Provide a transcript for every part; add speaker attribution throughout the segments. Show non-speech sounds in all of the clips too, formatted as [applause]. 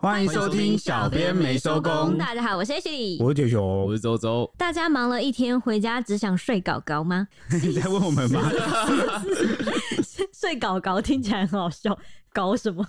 Speaker 1: 欢迎收听小编没收工
Speaker 2: 大家好，我是 H 李。
Speaker 1: 我是铁
Speaker 3: 我
Speaker 1: 熊，
Speaker 3: 是周周，
Speaker 2: 大家忙了一天回家只想睡搞搞吗？ [laughs]
Speaker 1: 你啊在问我们吗？
Speaker 2: 睡搞搞听起来很好笑，搞什么？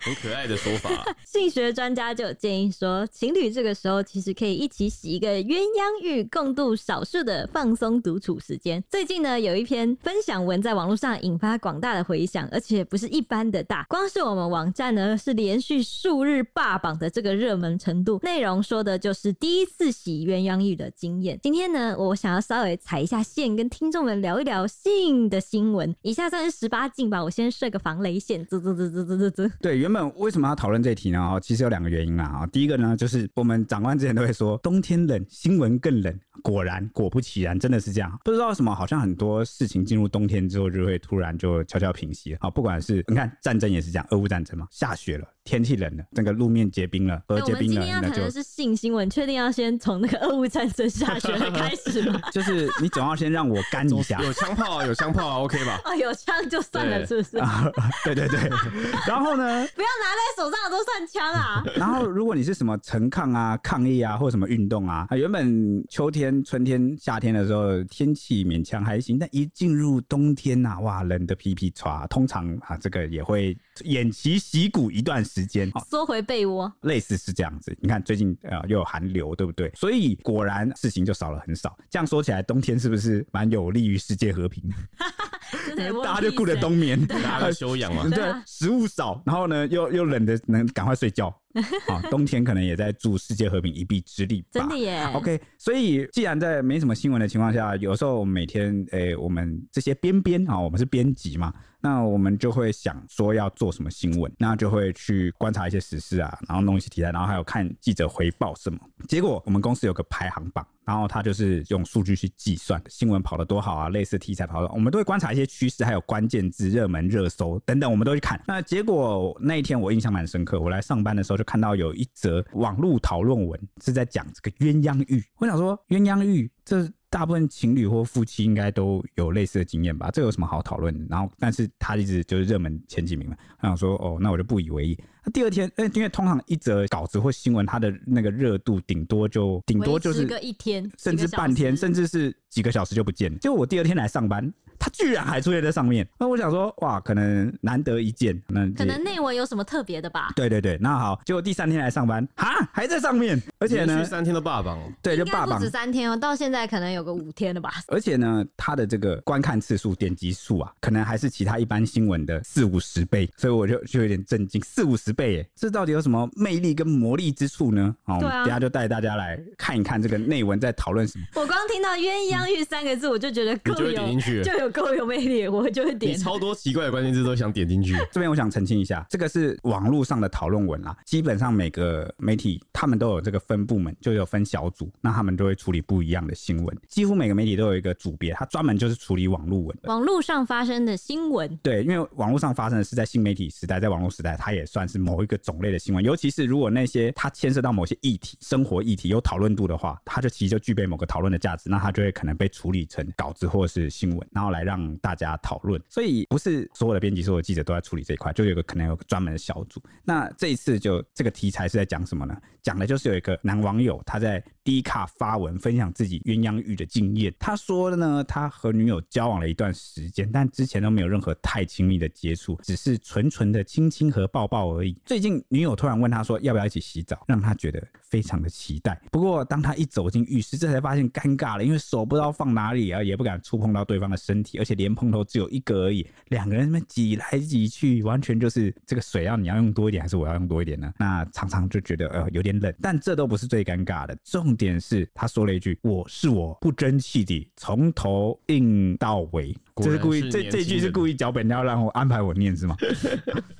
Speaker 3: 很可爱的说法。
Speaker 2: 性学专家就有建议说，情侣这个时候其实可以一起洗一个鸳鸯浴，共度少数的放松独处时间。最近呢，有一篇分享文在网络上引发广大的回响，而且不是一般的大，光是我们网站呢是连续数日霸榜的这个热门程度。内容说的就是第一次洗鸳鸯浴的经验。今天呢，我想要稍微踩一下线，跟听众们聊一聊性的新闻。以下算是十八禁吧，我先设个防雷线，滋滋滋滋滋滋滋。
Speaker 1: 对，原本为什么要讨论这题呢？哦，其实有两个原因啦。啊，第一个呢，就是我们长官之前都会说，冬天冷，新闻更冷。果然，果不其然，真的是这样。不知道为什么，好像很多事情进入冬天之后，就会突然就悄悄平息了。好，不管是你看战争也是这样，俄乌战争嘛，下雪了，天气冷了，整个路面结冰了，河
Speaker 2: 那我
Speaker 1: 呃结
Speaker 2: 们
Speaker 1: 冰
Speaker 2: 今
Speaker 1: 了，
Speaker 2: 天要
Speaker 1: 那
Speaker 2: 谈
Speaker 1: 就
Speaker 2: 的是性新闻，确定要先从那个俄乌战
Speaker 1: [laughs]
Speaker 2: 争下雪的开始吗？ [laughs]
Speaker 1: 就是你总要先让我干一下。
Speaker 3: 有枪炮啊，有枪炮啊，OK 吧？
Speaker 2: 哦，有枪就算了，
Speaker 3: 对
Speaker 2: 是不
Speaker 1: 啊
Speaker 2: 是？不
Speaker 1: [laughs] 对对对，然后呢，
Speaker 2: 要拿在手上的都算枪啊！
Speaker 1: 然后，如果你是什么陈抗啊、抗议啊，或什么运动啊，啊原本秋天、春天、夏天的时候天气勉强还行，但一进入冬天呐、哇，冷的噼噼唰。通常啊，这个也会偃旗息鼓一段时间。哦
Speaker 2: 缩回被窝，
Speaker 1: 类似是这样子，你看最近呃又有寒流，对不对？所以果然事情就少了很少。这样说起来，冬天是不是蛮有利于世界和平？
Speaker 2: 真的
Speaker 1: 大家就顾着。冬眠，
Speaker 3: 大家的修养嘛，
Speaker 1: 对
Speaker 2: 对啊
Speaker 1: 食物少，然后呢又又冷的能赶快睡
Speaker 2: [laughs]
Speaker 1: 觉。好，冬天可能也在助世界和平一臂之力吧。
Speaker 2: 欸真的耶
Speaker 1: OK，所以既然在没什么新闻的情况下，有时候我们每天，诶、我们这些编编啊，我们是编辑嘛，那我们就会想说要做什么新闻，那就会去观察一些时事啊，然后弄一些题材，然后还有看记者回报什么。结果我们公司有个排行榜，然后它就是用数据去计算新闻跑得多好啊，类似题材跑得，我们都会观察一些趋势，还有关键字、热门、热搜等等，我们都会看。那结果那一天我印象蛮深刻，我来上班的时候就看到有一则网络讨论文是在讲这个鸳鸯浴，我想说鸳鸯浴这。大部分情侣或夫妻应该都有类似的经验吧，这有什么好讨论的？然后，但是他一直就是热门前几名嘛。我想说，哦，那我就不以为意。那第二天，哎、因为通常一则稿子或新闻，它的那个热度顶多就顶多就
Speaker 2: 维
Speaker 1: 是
Speaker 2: 持个一天，
Speaker 1: 甚至半天，甚
Speaker 2: 至
Speaker 1: 至是几个小时就不见了。结果我第二天来上班，它居然还出现在上面。那我想说，哇，可能难得一见，那
Speaker 2: 可能内文有什么特别的吧？
Speaker 1: 对对对，那好，结果第三天来上班，哈，还在上面， [laughs] 而
Speaker 3: 而
Speaker 1: 且呢，
Speaker 3: 三天都霸榜哦，
Speaker 1: 对，就
Speaker 2: 应该
Speaker 1: 霸
Speaker 2: 不
Speaker 1: 榜
Speaker 2: 止。三天哦，到现在可能有个五天了吧？
Speaker 1: 而且呢，它的这个观看次数、点击数啊，可能还是其他一般新闻的四五十倍，所以我就就有点震惊，四五十倍耶，这到底有什么魅力跟魔力之处呢？哦，我
Speaker 2: 对
Speaker 1: 们
Speaker 2: 啊
Speaker 1: 等一下就带大家来看一看这个内文在讨论什么。
Speaker 2: 我光听到“鸳鸯浴”三个字，我就觉得
Speaker 3: 你
Speaker 2: 够
Speaker 3: 就会点
Speaker 2: 有
Speaker 3: 进，去
Speaker 2: 就，有够有魅力，我就会
Speaker 3: 你
Speaker 2: 点。
Speaker 3: 超多奇怪的关键字都想点进去，
Speaker 1: 这边我想澄清一下，这个是网络上的讨论文啦，基本上每个媒体他们都有这个分部门，就有分小组，那他们就会处理不一样的新闻。几乎每个媒体都有一个组别，它专门就是处理网络文的。
Speaker 2: 网络上发生的新闻，
Speaker 1: 对，因为网络上发生的是在新媒体时代，在网络时代，它也算是某一个种类的新闻。尤其是如果那些它牵涉到某些议题、生活议题有讨论度的话，它就其实就具备某个讨论的价值，那它就会可能被处理成稿子或是新闻，然后来让大家讨论。所以不是所有的编辑、所有的记者都在处理这一块，就有个可能有个专门的小组。那这一次就这个题材是在讲什么呢？讲的就是有一个男网友他在 D 卡发文分享自己鸳鸯浴的经验。他说的呢，他和女友交往了一段时间，但之前都没有任何太亲密的接触，只是纯纯的亲亲和抱抱而已。最近女友突然问他说要不要一起洗澡，让他觉得非常的期待。不过当他一走进浴室，这才发现尴尬了，因为手不知道放哪里啊，也不敢触碰到对方的身体，而且连碰头只有一个而已，两个人在那边挤来挤去，完全就是这个水要你要用多一点，还是我要用多一点呢？那常常就觉得呃有点冷，但这都不是最尴尬的，重点是他说了一句：“我是我，不争气的，从头硬到尾。”
Speaker 3: 果
Speaker 1: 这
Speaker 3: 然
Speaker 1: 是故意，
Speaker 3: 是
Speaker 1: 这
Speaker 3: 年
Speaker 1: 这
Speaker 3: 轻
Speaker 1: 句是
Speaker 3: 人
Speaker 1: 故意脚本要让我安排我念是吗？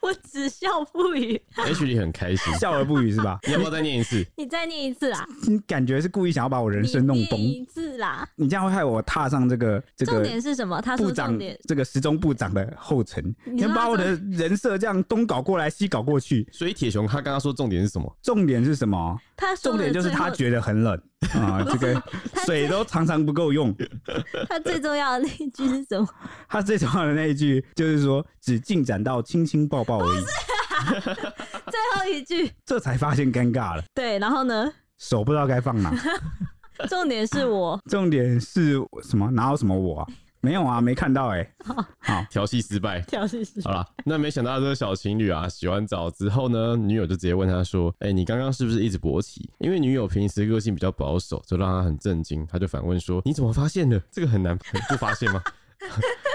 Speaker 2: 我只笑不语。
Speaker 3: ，H 你很开心。
Speaker 1: 笑而不语是吧？
Speaker 3: 你要不要再念一次？
Speaker 2: 你再念一次啊啦，
Speaker 1: [laughs] 你感觉是故意想要把我人生弄崩
Speaker 2: 你，念一次啦。
Speaker 1: 你这样会害我踏上这个这
Speaker 2: 重
Speaker 1: 个
Speaker 2: 点是什么？他
Speaker 1: 部
Speaker 2: 说
Speaker 1: 长
Speaker 2: 重点，
Speaker 1: 这个时钟部长的后尘，
Speaker 2: 你说
Speaker 1: 能把
Speaker 2: 他
Speaker 1: 我的人设这样东搞过来西搞过去。
Speaker 3: 所以铁熊他刚刚说重点是什么？
Speaker 1: 重点是什么？
Speaker 2: 他说
Speaker 1: 重
Speaker 2: 的
Speaker 1: 点就是
Speaker 2: 最后
Speaker 1: 他觉得很冷啊，这个水都常常不够用。
Speaker 2: 他最重要的那一句是
Speaker 1: [laughs]
Speaker 2: 什么？
Speaker 1: 他最重要的那一句就是说，只进展到亲亲抱抱而已。
Speaker 2: 最后一句，
Speaker 1: 这才发现尴尬了，
Speaker 2: 对，然后呢？
Speaker 1: 手不知道该放哪。
Speaker 2: 重点是
Speaker 1: [laughs]
Speaker 2: 我
Speaker 1: 重点是什么？哪有什么我啊？没有啊，没看到哎、
Speaker 3: 调戏失败。
Speaker 2: 调试是
Speaker 3: 好
Speaker 2: [laughs]
Speaker 3: 啦，那没想到这个小情侣啊，洗完澡之后呢，女友就直接问他说：“哎、你刚刚是不是一直勃起？”因为女友平时个性比较保守，就让他很震惊。他就反问说：“你怎么发现的？这个很难 [laughs] 不发现吗？”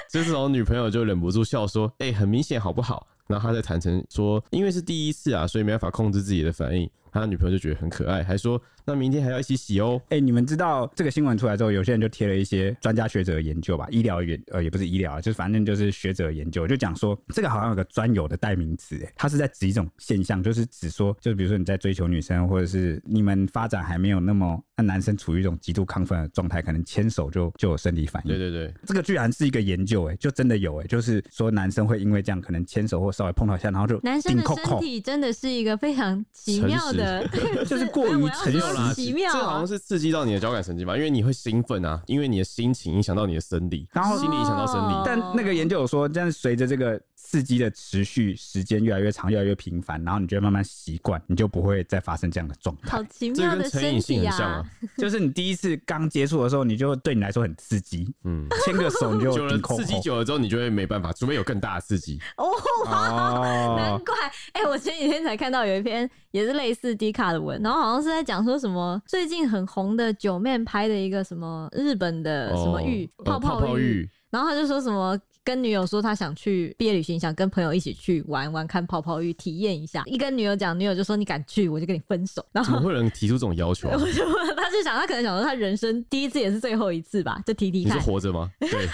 Speaker 3: 这时候女朋友就忍不住笑说：“哎、很明显好不好？”然后他再坦诚说：“因为是第一次啊，所以没办法控制自己的反应。”他女朋友就觉得很可爱，还说：“那明天还要一起洗哦。”
Speaker 1: 哎、你们知道这个新闻出来之后，有些人就贴了一些专家学者的研究吧，医疗研呃也不是医疗啊，就是反正就是学者的研究，就讲说这个好像有个专有的代名词，哎，它是在指一种现象，就是指说，就比如说你在追求女生，或者是你们发展还没有那么，那男生处于一种极度亢奋的状态，可能牵手就就有生理反应
Speaker 2: 嗯
Speaker 3: 对。对对，
Speaker 1: 这个居然是一个研究，哎，就真的有，哎，就是说男生会因为这样，可能牵手或稍微碰到一下，然后就
Speaker 2: 男生的
Speaker 1: 顶扣
Speaker 2: 身
Speaker 1: 扣
Speaker 2: 体真的是一个非常奇妙的， [laughs]
Speaker 1: 就是过于诚
Speaker 2: 没
Speaker 1: 实
Speaker 2: 有
Speaker 1: 啦
Speaker 2: 啦，奇妙
Speaker 3: 这好
Speaker 2: 啊
Speaker 3: 像。是刺激到你的交感神经吧，因为你会兴奋啊，因为你的心情影响到你的生理，
Speaker 1: 然后
Speaker 3: 心理影响到生
Speaker 2: 哦
Speaker 3: 理。
Speaker 1: 但那个研究有说，但是随着这个刺激的持续时间越来越长、越来越频繁，然后你就会慢慢习惯，你就不会再发生这样的状态
Speaker 2: 好。奇
Speaker 3: 这
Speaker 2: 妙
Speaker 3: 跟
Speaker 2: 的
Speaker 3: 成
Speaker 2: 身
Speaker 3: 瘾性
Speaker 2: 体
Speaker 3: 很像
Speaker 2: 啊
Speaker 3: 啊！，
Speaker 1: 就是你第一次刚接触的时候，你就对你来说很刺激，
Speaker 3: [laughs] 嗯，
Speaker 1: 牵个手你就
Speaker 3: 久了
Speaker 1: 顶扣
Speaker 3: 刺激
Speaker 1: 扣。
Speaker 3: 久了之后，你就会没办法，除非有更大的刺激。
Speaker 2: 哦， [laughs] 难
Speaker 1: 哦，
Speaker 2: 怪！哎、我前几天才看到有一篇也是类似迪卡的文，然后好像是在讲说什么最近很红的九妹拍的一个什么日本的什么浴、
Speaker 3: 哦
Speaker 2: 泡
Speaker 3: 呃泡
Speaker 2: 浴， [laughs]
Speaker 3: 浴，
Speaker 2: 然后他就说什么跟女友说他想去毕业旅行，想跟朋友一起去玩玩看泡泡浴，体验一下。一跟女友讲，女友就说你敢去，我就跟你分手。然
Speaker 3: 怎
Speaker 2: 后
Speaker 3: 么会有人提出这种要求啊？
Speaker 2: [laughs] 我就问 [laughs] 他就想，他可能想说他人生第一次也是最后一次吧，就提提
Speaker 3: 你是
Speaker 2: 看。
Speaker 3: 活着
Speaker 2: [laughs]
Speaker 3: 吗？对，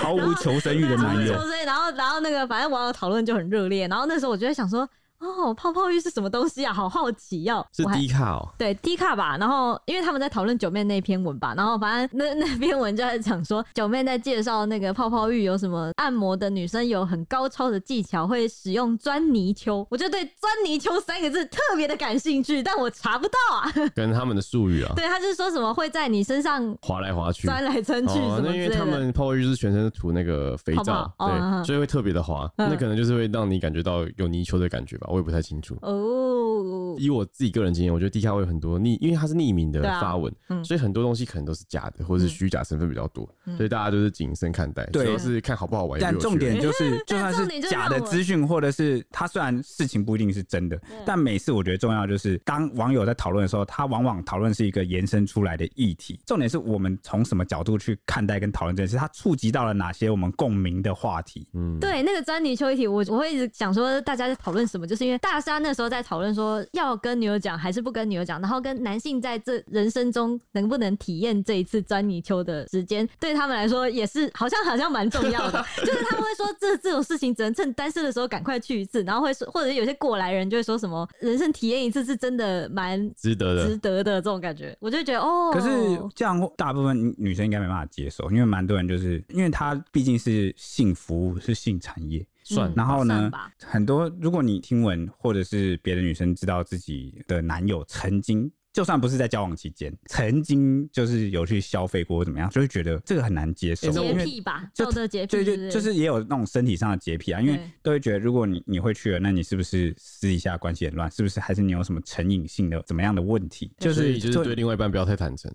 Speaker 1: 毫无求生欲的男友，
Speaker 2: 所以然后然后那个反正网友讨论就很热烈，然后那时候我就在想说，哦，泡泡浴是什么东西啊？好好奇哦。
Speaker 3: 是
Speaker 2: 我还
Speaker 3: 低卡
Speaker 2: [laughs]
Speaker 3: 哦。
Speaker 2: 对低卡吧，然后因为他们在讨论九妹那篇文吧，然后反正那那篇文就在讲说九妹在介绍那个泡泡浴有什么按摩的女生有很高超的技巧，会使用钻泥鳅，我就对钻泥鳅三个字特别的感兴趣，但我查不到
Speaker 3: [laughs]
Speaker 2: 啊。
Speaker 3: 跟他们的术语啊，
Speaker 2: 对，他是说什么会在你身上
Speaker 3: 滑来滑去。
Speaker 2: 钻来钻去什
Speaker 3: 哦，
Speaker 2: 么
Speaker 3: 那
Speaker 2: 之
Speaker 3: 因
Speaker 2: 类
Speaker 3: 为他
Speaker 2: 的。
Speaker 3: 们泡泡浴是全身涂那个肥
Speaker 2: 泡
Speaker 3: 皂，
Speaker 2: 泡哦嗯嗯
Speaker 3: 对，所以会特别的滑，
Speaker 2: 嗯
Speaker 3: 那可能就是会让你感觉到有泥鳅的感觉吧，我也不太清楚。
Speaker 2: 哦，
Speaker 3: 以我自己个人经验，我觉得 D 卡会有很多匿，因为它是匿名的
Speaker 2: 对啊
Speaker 3: 发文，
Speaker 2: 嗯
Speaker 3: 所以很多东西可能都是假的，或者是虚假成分比较多，
Speaker 2: 嗯
Speaker 3: 所以大家就是谨慎看待，
Speaker 1: 对
Speaker 3: 主要是看好不好玩。
Speaker 1: 但
Speaker 3: 有没有
Speaker 1: 重点
Speaker 3: 趣
Speaker 1: 就是，就
Speaker 2: 但
Speaker 1: 算
Speaker 2: 重
Speaker 1: 是
Speaker 2: 点就是
Speaker 1: 假
Speaker 2: 让
Speaker 1: 的
Speaker 2: 我
Speaker 1: 资讯，或者是他虽然事情不一定是真的，但每次我觉得重要就是，当网友在讨论的时候，他往往讨论是一个延伸出来的议题。重点是我们从什么角度去看待跟讨论这件事，它触及到了哪些我们共鸣的话题。
Speaker 3: 嗯，
Speaker 2: 对，那个专题秋一题，我我会一直想说，大家在讨论什么，就是因为大家那时候在讨论说要跟女友讲还是不跟女友讲，然后跟男性在这人生中能不能体验这一次钻泥鳅的时间，对他们来说也是好像好像蛮重
Speaker 1: [laughs]
Speaker 2: 要的，就是他们会说这这种事情只能趁单身的时候赶快去一次，然后会说，或者有些过来人就会说什么人生体验一次是真的蛮
Speaker 3: 值得
Speaker 2: 值
Speaker 3: 的。
Speaker 2: 得的这种感觉，我就觉得哦，
Speaker 1: 可是这样，大部分女生应该没办法接受，因为蛮多人就是因为它毕竟是性服务，是性产业，
Speaker 3: 算
Speaker 1: 然后
Speaker 2: 算
Speaker 1: 呢
Speaker 2: 吧，
Speaker 1: 很多如果你听闻或者是别的女生知道自己的男友曾经。就算不是在交往期间，曾经就是有去消费过或怎么样，就会觉得这个很难接受，
Speaker 3: 欸这
Speaker 2: 洁
Speaker 1: 因为
Speaker 2: 癖吧，
Speaker 1: 就
Speaker 2: 道德洁癖
Speaker 1: 对
Speaker 2: 之
Speaker 1: 对
Speaker 2: 类，的，
Speaker 1: 就是也有那种身体上的洁癖啊，因为
Speaker 2: 对
Speaker 1: 都会觉得，如果你你会去了，那你是不是私底下关系很乱？是不是还是你有什么成瘾性的怎么样的问题？就
Speaker 3: 所
Speaker 1: 是
Speaker 3: 以就是对另外一半不要太坦诚，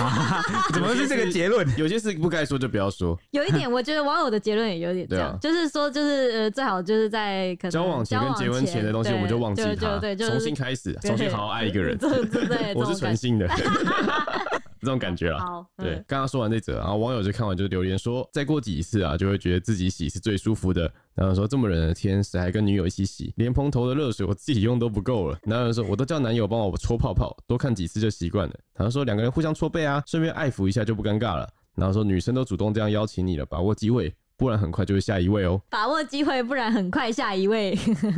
Speaker 1: 啊， [laughs] 怎么会是这个结
Speaker 3: [laughs]
Speaker 1: 论？
Speaker 3: 有些事不该说就不要说。
Speaker 2: 有一
Speaker 3: [laughs]
Speaker 2: 点，我觉得网友的结论也有点这样，
Speaker 3: 对啊
Speaker 2: 就是说，就是呃，最好就是在可能
Speaker 3: 交往前跟结婚前的东西，我们就忘记它
Speaker 2: 它，，对，就是
Speaker 3: 重新开始，
Speaker 2: 对
Speaker 3: 重新好好爱一个人。
Speaker 2: 对对
Speaker 3: [laughs]
Speaker 2: 对，
Speaker 3: 我
Speaker 2: 这
Speaker 3: 是
Speaker 2: 种
Speaker 3: 纯
Speaker 2: 感觉。
Speaker 3: 性的，这种感觉啦。
Speaker 2: 好，
Speaker 3: 对
Speaker 2: 嗯，，
Speaker 3: 刚刚说完这则，然后网友就看完就留言说，再过几次啊，就会觉得自己洗是最舒服的。然后说这么冷的天，谁还跟女友一起洗？连蓬头的热水我自己用都不够了。然后有人说我都叫男友帮我搓泡泡，多看几次就习惯了。然后说两个人互相搓背啊，顺便爱抚一下就不尴尬了。然后说女生都主动这样邀请你了，把握机会，不然很快就会下一位
Speaker 1: [laughs]
Speaker 3: 哦。
Speaker 2: 把握机会，不然很快下一位。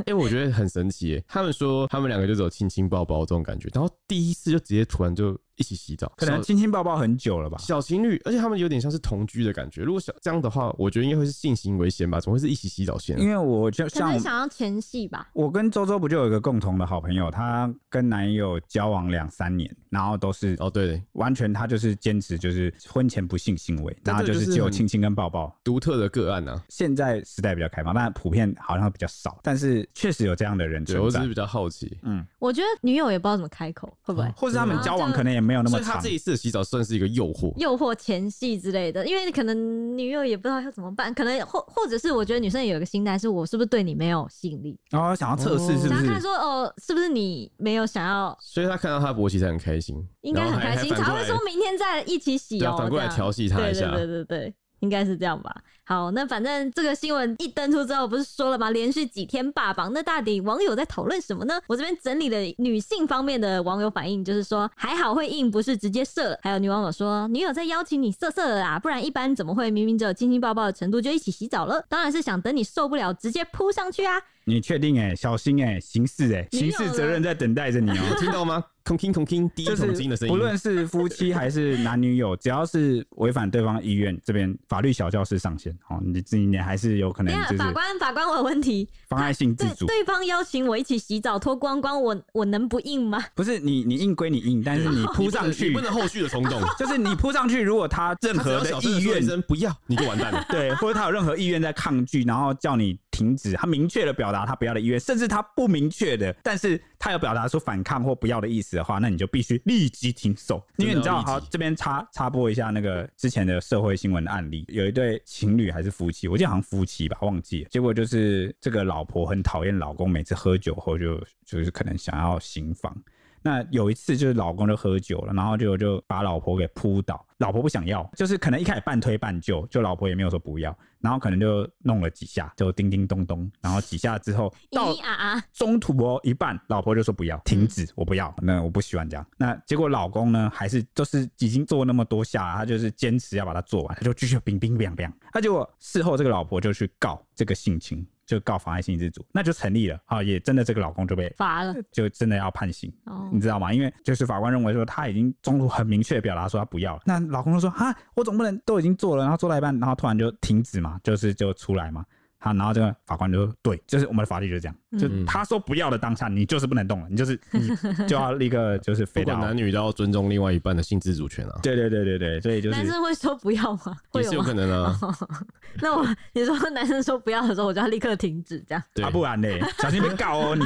Speaker 3: 哎、我觉得很神奇耶。他们说他们两个就只有亲亲抱抱这种感觉，然后第一次就直接突然就一起洗澡，
Speaker 1: 可能
Speaker 3: 小
Speaker 1: 亲亲抱抱很久了吧？
Speaker 3: 小情侣，而且他们有点像是同居的感觉。如果小这样的话，我觉得应该会是性行为先吧，总会是一起洗澡先啊、
Speaker 1: 因为我就
Speaker 2: 可
Speaker 1: 像
Speaker 2: 能
Speaker 1: 我
Speaker 2: 想要前戏吧。
Speaker 1: 我跟周周不就有一个共同的好朋友，她跟男友交往两三年，然后都是
Speaker 3: 哦，对，
Speaker 1: 完全她就是坚持就是婚前不性行为，
Speaker 3: 但
Speaker 1: 然后
Speaker 3: 这
Speaker 1: 就
Speaker 3: 个
Speaker 1: 是
Speaker 3: 就是
Speaker 1: 只有
Speaker 3: 很
Speaker 1: 亲亲跟抱抱。
Speaker 3: 独特的个案啊，
Speaker 1: 现在时代比较开放，但普遍好像比较少，但是确实有这样的人
Speaker 3: 对
Speaker 1: 存
Speaker 3: 我只是
Speaker 1: 在
Speaker 3: 比，较好奇。
Speaker 1: 嗯，
Speaker 2: 我觉得女友也不知道怎么开口，会不会？
Speaker 1: 或者他们
Speaker 2: 嗯
Speaker 1: 交往
Speaker 2: 这
Speaker 1: 可能也没有那
Speaker 3: 所
Speaker 1: 么
Speaker 3: 以他
Speaker 1: 长
Speaker 3: 这。一次的洗澡算是一个诱惑，
Speaker 2: 诱惑前戏之类的，因为可能女友也不知道要怎么办，可能或或者是我觉得女生也有一个心态，是我是不是对你没有吸引力？
Speaker 1: 然后想要测试是不
Speaker 2: 然后
Speaker 1: 是
Speaker 2: 他？说哦，是不是你没有想要，
Speaker 3: 所以他看到他勃起才很开心，
Speaker 2: 应该
Speaker 3: 然后
Speaker 2: 很
Speaker 3: 还
Speaker 2: 开心，
Speaker 3: 还
Speaker 2: 才
Speaker 3: 反过
Speaker 2: 会
Speaker 3: 来
Speaker 2: 说明天再一起洗
Speaker 3: 对
Speaker 2: 哦
Speaker 3: 啊，，反过来
Speaker 2: 这样
Speaker 3: 调戏他一下。
Speaker 2: 对对对对对，应该是这样吧。好，那反正这个新闻一登出之后，不是说了吗？连续几天霸榜，那到底网友在讨论什么呢？我这边整理了女性方面的网友反应，就是说还好会硬，不是直接射了。还有女网友说，女友在邀请你色色了啦，不然一般怎么会明明只有亲亲抱抱的程度就一起洗澡了？当然是想等你受不了直接扑上去啊！
Speaker 1: 你确定哎、小心哎、刑事哎、
Speaker 2: 你有
Speaker 1: 刑事责任在等待着你哦、
Speaker 3: 有听到吗？空听
Speaker 1: [laughs]
Speaker 3: 空听，第一
Speaker 1: 就是
Speaker 3: 桶金的声音。
Speaker 1: 不论是夫妻还是男女友，只要是违反对方意愿，这边法律小教室上线哦，你自己你还是有可能
Speaker 2: 等一下
Speaker 1: 就是
Speaker 2: 法官，法官，我有问题，
Speaker 1: 妨碍性自
Speaker 2: 对
Speaker 1: 主。
Speaker 2: 对方邀请我一起洗澡脱光光，我我能不硬吗？
Speaker 1: 不是你你硬归你硬，但是你
Speaker 3: 你
Speaker 1: 扑
Speaker 3: 不能
Speaker 1: 上去
Speaker 3: 你不，能后续的冲
Speaker 1: [laughs]
Speaker 3: 动。
Speaker 1: 就是你扑上去，如果他任何的
Speaker 3: 他只要小声地
Speaker 1: 意
Speaker 3: 说一
Speaker 1: 愿，。
Speaker 3: 声不要，你就完蛋了
Speaker 1: [laughs] 对，或者他有任何意愿在抗拒，然后叫你停止，他明确的表达他不要的意愿，甚至他不明确的，但是他有表达出反抗或不要的意思的话，那你就必须立即停手，因为你知道，
Speaker 3: 真的要
Speaker 1: 好
Speaker 3: 立即
Speaker 1: 这边插插播一下那个之前的社会新闻案例，有一对情侣还是夫妻，我记得好像夫妻吧，忘记了，结果就是这个老婆很讨厌老公，每次喝酒后就就是可能想要行房。那有一次就是老公就喝酒了，然后就就把老婆给扑倒，老婆不想要，就是可能一开始半推半就，就老婆也没有说不要，然后可能就弄了几下，就叮叮咚咚，然后几下之后到
Speaker 2: 咦啊啊！
Speaker 1: 中途哦一半，老婆就说不要，停止，我不要，那我不喜欢这样。那结果老公呢，还是就是已经做那么多下，他就是坚持要把它做完，他就继续冰冰冰冰。他结果事后这个老婆就去告这个性侵，就告妨碍性自主，那就成立了啊、也真的这个老公就被
Speaker 3: [laughs]
Speaker 2: 罚了
Speaker 1: 就真的要判刑。
Speaker 2: 哦
Speaker 3: 嗯
Speaker 1: 你知道吗？因为就是法官认为说他已经中途很明确地表达说他不要了，那老公就说啊，我总不能都已经做了，然后做到一半，然后突然就停止嘛，就是就出来嘛。好，然后这个法官就说：“对，就是我们的法律就是这样，就
Speaker 3: 嗯
Speaker 1: 他说不要的当下，你就是不能动了，你就是你就要立刻就是
Speaker 3: 不
Speaker 1: 飞到
Speaker 3: 管。男女都要尊重另外一半的性自主权啊，
Speaker 1: 对对对对对，所以就
Speaker 2: 男
Speaker 1: 是
Speaker 2: 生会说不要吗？会
Speaker 3: 也是有
Speaker 2: 吗
Speaker 3: 可？
Speaker 1: [laughs]
Speaker 3: 能啊。
Speaker 2: [laughs] 那我你说男生说不要的时候，我就要立刻停止这样。
Speaker 3: 对
Speaker 1: 啊，，不然嘞，小心被告哦你。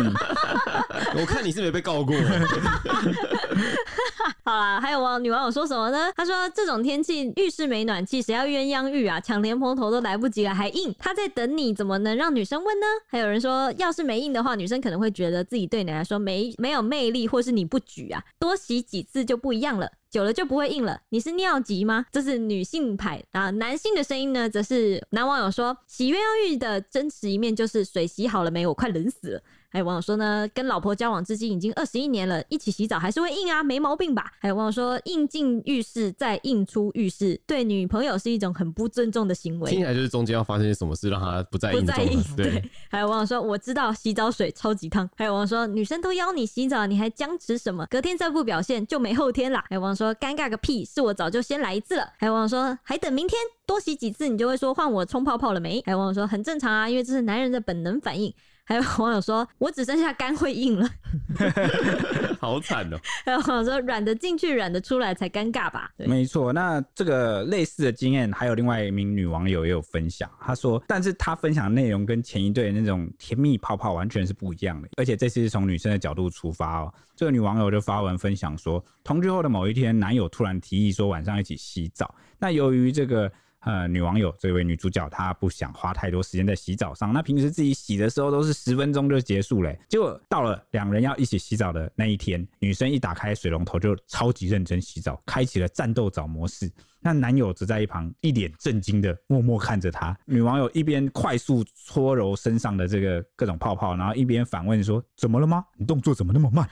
Speaker 3: 我看你是没被告过，
Speaker 2: 好啦，还有网女网友说什么呢？她说这种天气浴室没暖气，谁要鸳鸯浴啊？抢莲蓬头都来不及了，还硬。他在等你，怎么能让女生问呢？还有人说，要是没硬的话，女生可能会觉得自己对你来说没没有魅力，或是你不举啊，多洗几次就不一样了。久了就不会硬了。你是尿急吗？这是女性牌啊，男性的声音呢，则是男网友说，洗鸳鸯浴的真实一面就是水洗好了没，我快冷死了。还有网友说呢，跟老婆交往至今已经二十一年了，一起洗澡还是会硬啊，没毛病吧？还有网友说，硬进浴室再硬出浴室，对女朋友是一种很不尊重的行
Speaker 3: 听起
Speaker 2: 为。
Speaker 3: 来就是中间要发生些什么事让他不再
Speaker 2: 不
Speaker 3: 硬
Speaker 2: 在
Speaker 3: 中
Speaker 2: 意
Speaker 3: 了。，对，
Speaker 2: 还有网友说，我知道洗澡水超级烫。还有网友说，女生都邀你洗澡，你还僵持什么？隔天再不表现就没后天啦。还有网友说，尴尬个屁，是我早就先来一次了。还有网友说，还等明天多洗几次，你就会说换我冲泡泡了没？还有网友说，很正常啊，因为这是男人的本能反应。还有网友说，我只剩下肝会硬了。
Speaker 3: [laughs] 好惨哦。
Speaker 2: 还有网友说软的进去，软的出来才尴尬吧？对，
Speaker 1: 没错，那这个类似的经验，还有另外一名女网友也有分享，她说，但是她分享的内容跟前一对的那种甜蜜泡泡完全是不一样的，而且这次是从女生的角度出发哦。这个女网友就发文分享说，同居后的某一天，男友突然提议说晚上一起洗澡，那由于这个。呃，女网友这位女主角她不想花太多时间在洗澡上，那平时自己洗的时候都是十分钟就结束了欸、结果到了两人要一起洗澡的那一天，女生一打开水龙头就超级认真洗澡，开启了战斗澡模式。那男友则在一旁一脸震惊的默默看着她。女网友一边快速搓揉身上的这个各种泡泡，然后一边反问说：“怎么了吗？你动作怎么那么慢？”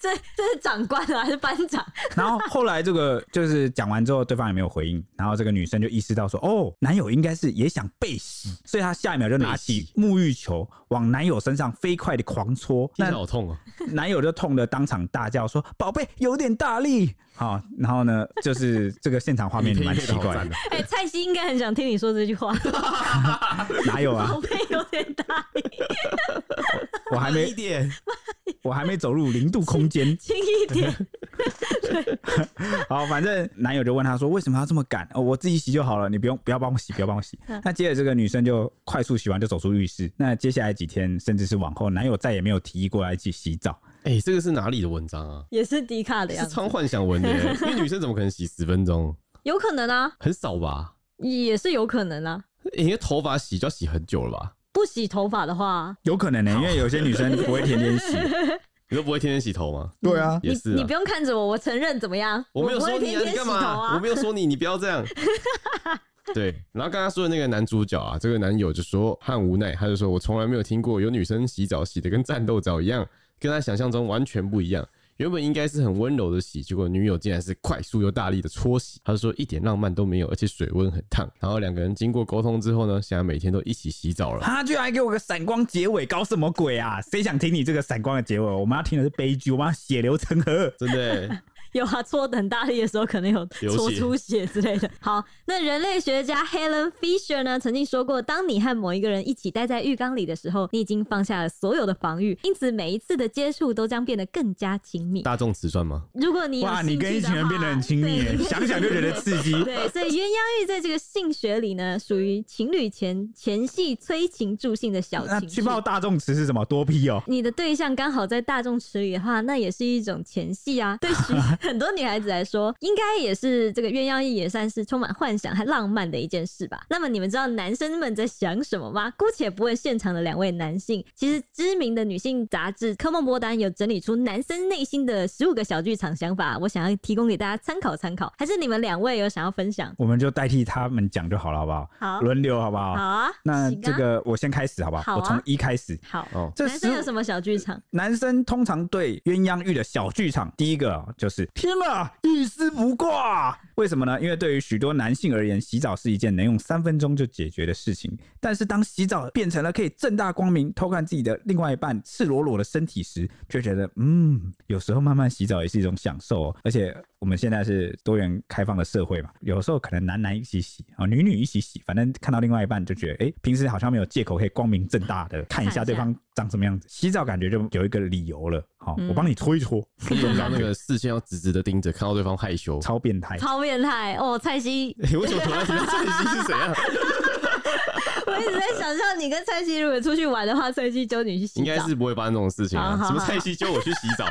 Speaker 2: 这这是长官啊，还是班长？
Speaker 1: 然后后来这个就是讲完之后，对方也没有回应，然后这个女生就意识到说，哦，男友应该是也想被洗，
Speaker 3: 嗯
Speaker 1: 所以她下一秒就拿起沐浴球往男友身上飞快的狂戳，
Speaker 3: 天
Speaker 1: 那
Speaker 3: 哪好痛哦、
Speaker 1: 男友就痛得当场大叫说：“宝贝，有点大力！”好，然后呢，就是这个现场画面
Speaker 3: 你配
Speaker 1: 蛮
Speaker 3: 乐
Speaker 1: 奇
Speaker 3: 得好
Speaker 1: 怪
Speaker 3: 赞
Speaker 1: 的
Speaker 3: 哦，
Speaker 2: 哎、蔡西应该很想听你说这句话，
Speaker 1: 哪有
Speaker 2: [laughs]
Speaker 1: 啊
Speaker 2: 宝？贝有点大力，
Speaker 1: 我还没
Speaker 3: 一点，
Speaker 1: 我还没走入零度空间，
Speaker 2: 轻一点。
Speaker 1: 好，反正男友就问她说：“为什么要这么赶？哦，我自己洗就好了，你不用不要帮我洗，不要帮我洗。
Speaker 2: 嗯”
Speaker 1: 那接着这个女生就快速洗完就走出浴室。那接下来几天，甚至是往后，男友再也没有提议过来一起洗澡。
Speaker 3: 哎、这个是哪里的文章啊？
Speaker 2: 也是迪卡的样
Speaker 3: 是
Speaker 2: 子，
Speaker 3: 超幻想文的耶，因为女生怎么可能洗十分钟？
Speaker 2: 有可能啊，
Speaker 3: 很少吧？
Speaker 2: 也是有可能啊。
Speaker 3: 欸你的头发洗就要洗很久了吧？
Speaker 2: 不洗头发的话，
Speaker 1: 有可能呢、因为有些女生不会天天洗。
Speaker 3: 你都不会天天洗头吗？
Speaker 1: 对啊，
Speaker 3: 也是、啊
Speaker 2: 你不用看着我，我承认怎么样？
Speaker 3: 我没有
Speaker 2: 不
Speaker 3: 说
Speaker 2: 会
Speaker 3: 你
Speaker 2: 天
Speaker 3: 啊，
Speaker 2: 天
Speaker 3: 你
Speaker 2: 洗
Speaker 3: 干
Speaker 2: 头
Speaker 3: 嘛？我
Speaker 2: 啊。
Speaker 3: 没有说你，你不要这样。
Speaker 2: [laughs]
Speaker 3: 对，然后刚刚说的那个男主角啊，这个男友就说很无奈，他就说我从来没有听过有女生洗澡洗的跟战斗澡一样，跟他想象中完全不一样。原本应该是很温柔的洗，结果女友竟然是快速又大力的搓洗。他就说一点浪漫都没有，而且水温很烫。然后两个人经过沟通之后呢，现在每天都一起洗澡
Speaker 2: [laughs]
Speaker 3: 了。
Speaker 1: 他居然还给我个闪光结尾，搞什么鬼啊？谁想听你这个闪光的结尾？我们要听的是悲剧，我们要血流成河。
Speaker 3: 真的欸，
Speaker 2: 有啊，搓得很大力的时候，可能有
Speaker 3: 流
Speaker 2: 搓
Speaker 3: 血
Speaker 2: 出血之类的。好，那人类学家 Helen Fisher 呢，曾经说过，当你和某一个人一起待在浴缸里的时候，你已经放下了所有的防御，因此每一次的接触都将变得更加亲密。
Speaker 3: 大众瓷算吗？
Speaker 2: 如果你有
Speaker 1: 哇，
Speaker 2: 兴
Speaker 1: 你
Speaker 2: 趣
Speaker 1: 跟一
Speaker 2: 的
Speaker 1: 群人
Speaker 2: 话
Speaker 1: 变得很亲密
Speaker 2: [laughs]
Speaker 1: 耶，
Speaker 2: 对
Speaker 1: 想想就觉得刺激。
Speaker 2: 对，所以鸳鸯浴在这个性学里呢，属于情侣前前戏催情助兴的小
Speaker 1: 那
Speaker 2: 情
Speaker 1: 去
Speaker 2: 绪。
Speaker 1: 泡大众池是什么？多批哦。
Speaker 2: 你的对象刚好在大众池里的话，那也是一种前戏啊。对许很多女孩子来说，应该也是这个鸳鸯浴也算是充满幻想和浪漫的一件事吧。那么你们知道男生们在想什么吗？姑且不问现场的两位男性，其实知名的女性杂志《科梦波丹》有整理出男生内心的十五个小剧场想法，我想要提供给大家参考参考。还是你们两位有想要分享？
Speaker 1: 我们就代替他们讲就好了，好不好？
Speaker 2: 好，
Speaker 1: 轮流好不好？
Speaker 2: 好啊，
Speaker 1: 那
Speaker 2: 行啊
Speaker 1: 这个我先开始好不好？
Speaker 2: 好啊
Speaker 1: 我从一开始。
Speaker 2: 好。 [laughs]
Speaker 3: 哦，
Speaker 1: 这
Speaker 2: 男生有
Speaker 1: 十
Speaker 2: 什么小剧场？
Speaker 1: 男生通常对鸳鸯浴的小剧场，第一个哦就是天啊，一丝不挂。为什么呢？因为对于许多男性而言，洗澡是一件能用三分钟就解决的事情。但是当洗澡变成了可以正大光明偷看自己的另外一半赤裸裸的身体时，就觉得嗯，有时候慢慢洗澡也是一种享受、哦。而且我们现在是多元开放的社会嘛，有时候可能男男一起洗啊、女女一起洗，反正看到另外一半就觉得，哎，平时好像没有借口可以光明正大的看一
Speaker 2: 看
Speaker 1: 下
Speaker 2: 一
Speaker 1: 对
Speaker 2: 下
Speaker 1: 方长什么样子。洗澡感觉就有一个理由了，好、
Speaker 2: 嗯
Speaker 1: 我帮你搓一搓，
Speaker 3: 你有让那个视线要直直的盯着，看到对方害
Speaker 2: [laughs]
Speaker 3: 羞。
Speaker 1: 超变态。
Speaker 2: 超变态哦！蔡西
Speaker 3: 欸为什么突然提到这里是怎样？
Speaker 2: 我一直在想象你跟蔡西如果出去玩的话，蔡西揪你去洗澡，
Speaker 3: 应该是不会发生这种事情啊！
Speaker 2: 好好
Speaker 3: 什么
Speaker 2: 好
Speaker 3: 蔡西揪我去洗澡，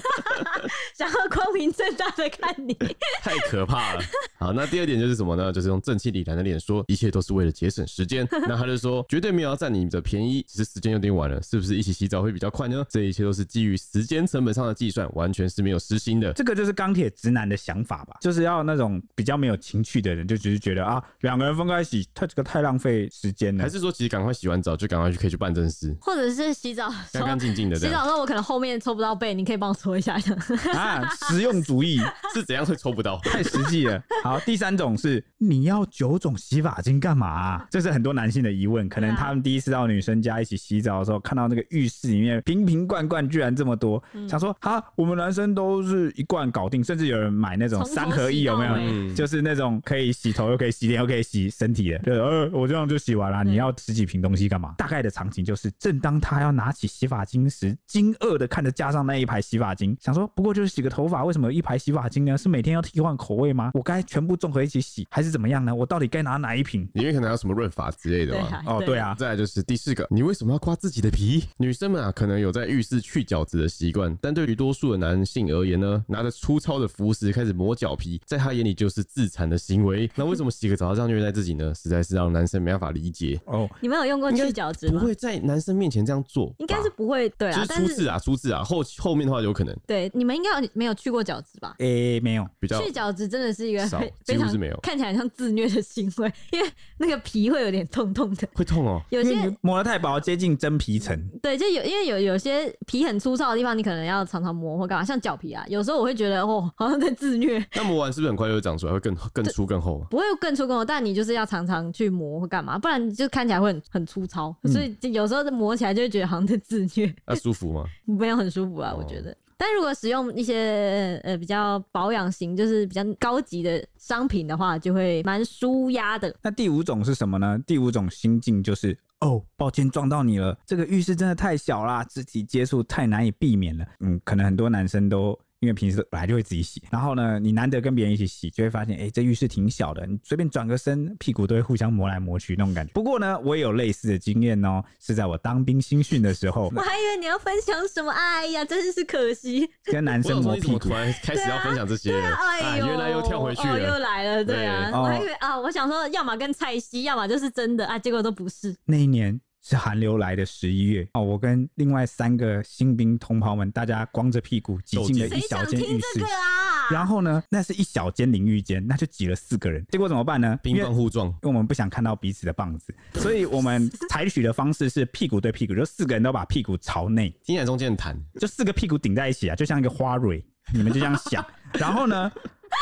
Speaker 3: [laughs]
Speaker 2: 想要光明正大的看你。
Speaker 3: 太可怕了。好，那第二点就是什么呢？就是用正气凛然的脸说，一切都是为了节省时间。那他就说，绝对没有要占你的便宜，只是时间有点晚了，是不是一起洗澡会比较快呢？这一切都是基于时间成本上的计算，完全是没有私心的。
Speaker 1: 这个就是钢铁直男的想法吧，就是要那种比较没有情趣的人，就只是觉得啊，两个人分开洗，他这个太浪费时间了
Speaker 3: 还。是说，其实赶快洗完澡就赶快去可以去办正事，
Speaker 2: 或者是洗澡的时
Speaker 3: 干
Speaker 2: 候，
Speaker 3: 干净净的这
Speaker 2: 洗澡
Speaker 3: 样，
Speaker 2: 的时候我可能后面抽不到背，你可以帮我搓一下。
Speaker 1: [laughs] 啊，实用主
Speaker 3: [laughs]
Speaker 1: 义
Speaker 3: 是怎样会抽不到？ [laughs]
Speaker 1: 太实际了。好，第三种是你要九种洗发精干嘛啊、这是很多男性的疑问，
Speaker 2: 嗯
Speaker 1: 可能他们第一次到女生家一起洗澡的时候，看到那个浴室里面瓶瓶罐罐居然这么多，
Speaker 2: 嗯
Speaker 1: 想说啊，我们男生都是一罐搞定，甚至有人买那种
Speaker 2: 从头
Speaker 1: 三合一，
Speaker 2: 洗
Speaker 1: 有
Speaker 2: 到
Speaker 1: 没有？
Speaker 2: 尾
Speaker 3: 嗯
Speaker 1: 就是那种可以洗头又可以洗脸又可以洗身体的，就是呃，我这样就洗完了。
Speaker 2: 对
Speaker 1: 你要十几瓶东西干嘛？大概的场景就是，正当他要拿起洗发精时，惊愕的看着架上那一排洗发精，想说不过就是洗个头发，为什么有一排洗发精呢？是每天要替换口味吗？我该全部综合一起洗，还是怎么样呢？我到底该拿哪一瓶？
Speaker 3: 里面可能还有什么润发之类的
Speaker 2: 对
Speaker 3: 吧？
Speaker 2: 啊，
Speaker 1: 哦，对，啊，
Speaker 3: 再来就是第四个，你为什么要刮自己的皮？女生们啊，可能有在浴室去角质的习惯，但对于多数的男性而言呢，拿着粗糙的浮石开始磨脚皮，在他眼里就是自残的行为。那为什么洗个澡要这样虐待自己呢？实在是让男生没办法理解。
Speaker 1: 哦，
Speaker 2: [laughs] 你们有用过去角质
Speaker 3: 不
Speaker 2: 吗？
Speaker 3: 会在男生面前这样做吧，
Speaker 2: 应该是不会，对
Speaker 3: 就
Speaker 2: 啊
Speaker 3: 是，
Speaker 2: 但
Speaker 3: 出
Speaker 2: 是
Speaker 3: 字啊，出字啊，后后面的话有可能。
Speaker 2: 对你们应该有没有去过饺子吧？
Speaker 1: 诶、没有，
Speaker 3: 比较
Speaker 2: 去角质真的是一个
Speaker 3: 少
Speaker 2: 非
Speaker 3: 几
Speaker 2: 非
Speaker 3: 乎
Speaker 2: 常
Speaker 3: 是没有
Speaker 2: 看起来很像自虐的行为，因为那个皮会有点痛痛的。
Speaker 3: 会痛哦。
Speaker 2: 有
Speaker 1: 因
Speaker 2: 些
Speaker 1: 为你嗯磨得太薄，接近真皮层。
Speaker 2: 对，就有因为有有些皮很粗糙的地方，你可能要常常磨或干嘛，像脚皮啊，有时候我会觉得哦，好像在自虐，
Speaker 3: 那磨完是不是很快就会长出来，会更更粗更厚啊？
Speaker 2: 不会更出工，但你就是要常常去磨或干嘛，不然就看起来会很很粗糙，
Speaker 1: 嗯
Speaker 2: 所以就有时候磨起来就会觉得好像在自虐，
Speaker 3: 那舒
Speaker 1: [laughs]
Speaker 3: 服吗？
Speaker 2: 没有很舒服啊，我觉得。但如果使用一些呃比较保养型，就是比较高级的商品的话，就会蛮舒压的。
Speaker 1: 那第五种是什么呢？第五种心境就是哦，抱歉撞到你了，这个浴室真的太小啦，肢体接触太难以避免了。嗯，可能很多男生都。因为平时本来就会自己洗，然后呢，你难得跟别人一起洗，就会发现，哎、这浴室挺小的，你随便转个身，屁股都会互相磨来磨去那种感觉。不过呢，我也有类似的经验哦，是在我当兵新训的时候，
Speaker 2: 我还以为你要分享什么，哎呀，真是可惜。
Speaker 1: 跟男
Speaker 3: 我想
Speaker 1: 生
Speaker 3: 说
Speaker 1: 磨
Speaker 3: 你怎
Speaker 1: 屁
Speaker 3: 么
Speaker 1: 股
Speaker 3: 突。然开始要分享这些了？啊，
Speaker 2: 哎呦，
Speaker 3: 原来又跳回去
Speaker 2: 哦又
Speaker 3: 了。
Speaker 2: 来了，对啊，
Speaker 1: 对
Speaker 2: 我还以为啊，我想说，要么跟蔡西，要么就是真的啊，结果都不是。
Speaker 1: 那一年是寒流来的十一月哦，我跟另外三个新兵同袍们，大家光着屁股挤进了
Speaker 2: 谁
Speaker 1: 哎一小
Speaker 2: 想
Speaker 1: 间
Speaker 2: 听
Speaker 1: 浴
Speaker 2: 这
Speaker 1: 室
Speaker 2: 个。啊？
Speaker 1: 然后呢，那是一小间淋浴间，那就挤了四个人，结果怎么办呢？
Speaker 3: 冰
Speaker 1: 因为
Speaker 3: 棒互撞，
Speaker 1: 因为我们不想看到彼此的棒
Speaker 3: [laughs]
Speaker 1: 子，所以我们采取的方式是屁股对屁股，就四个人都把屁股朝内，
Speaker 3: 听起来中间很弹，
Speaker 1: 就四个屁股顶在一起啊，就像一个花蕊，你们就这样
Speaker 3: [laughs]
Speaker 1: 想。然后呢，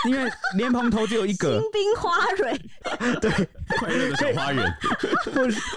Speaker 1: 因为莲蓬头只有一个
Speaker 2: 金，冰花蕊，
Speaker 3: 快乐的小
Speaker 1: [laughs]
Speaker 3: 花园。
Speaker 2: [laughs]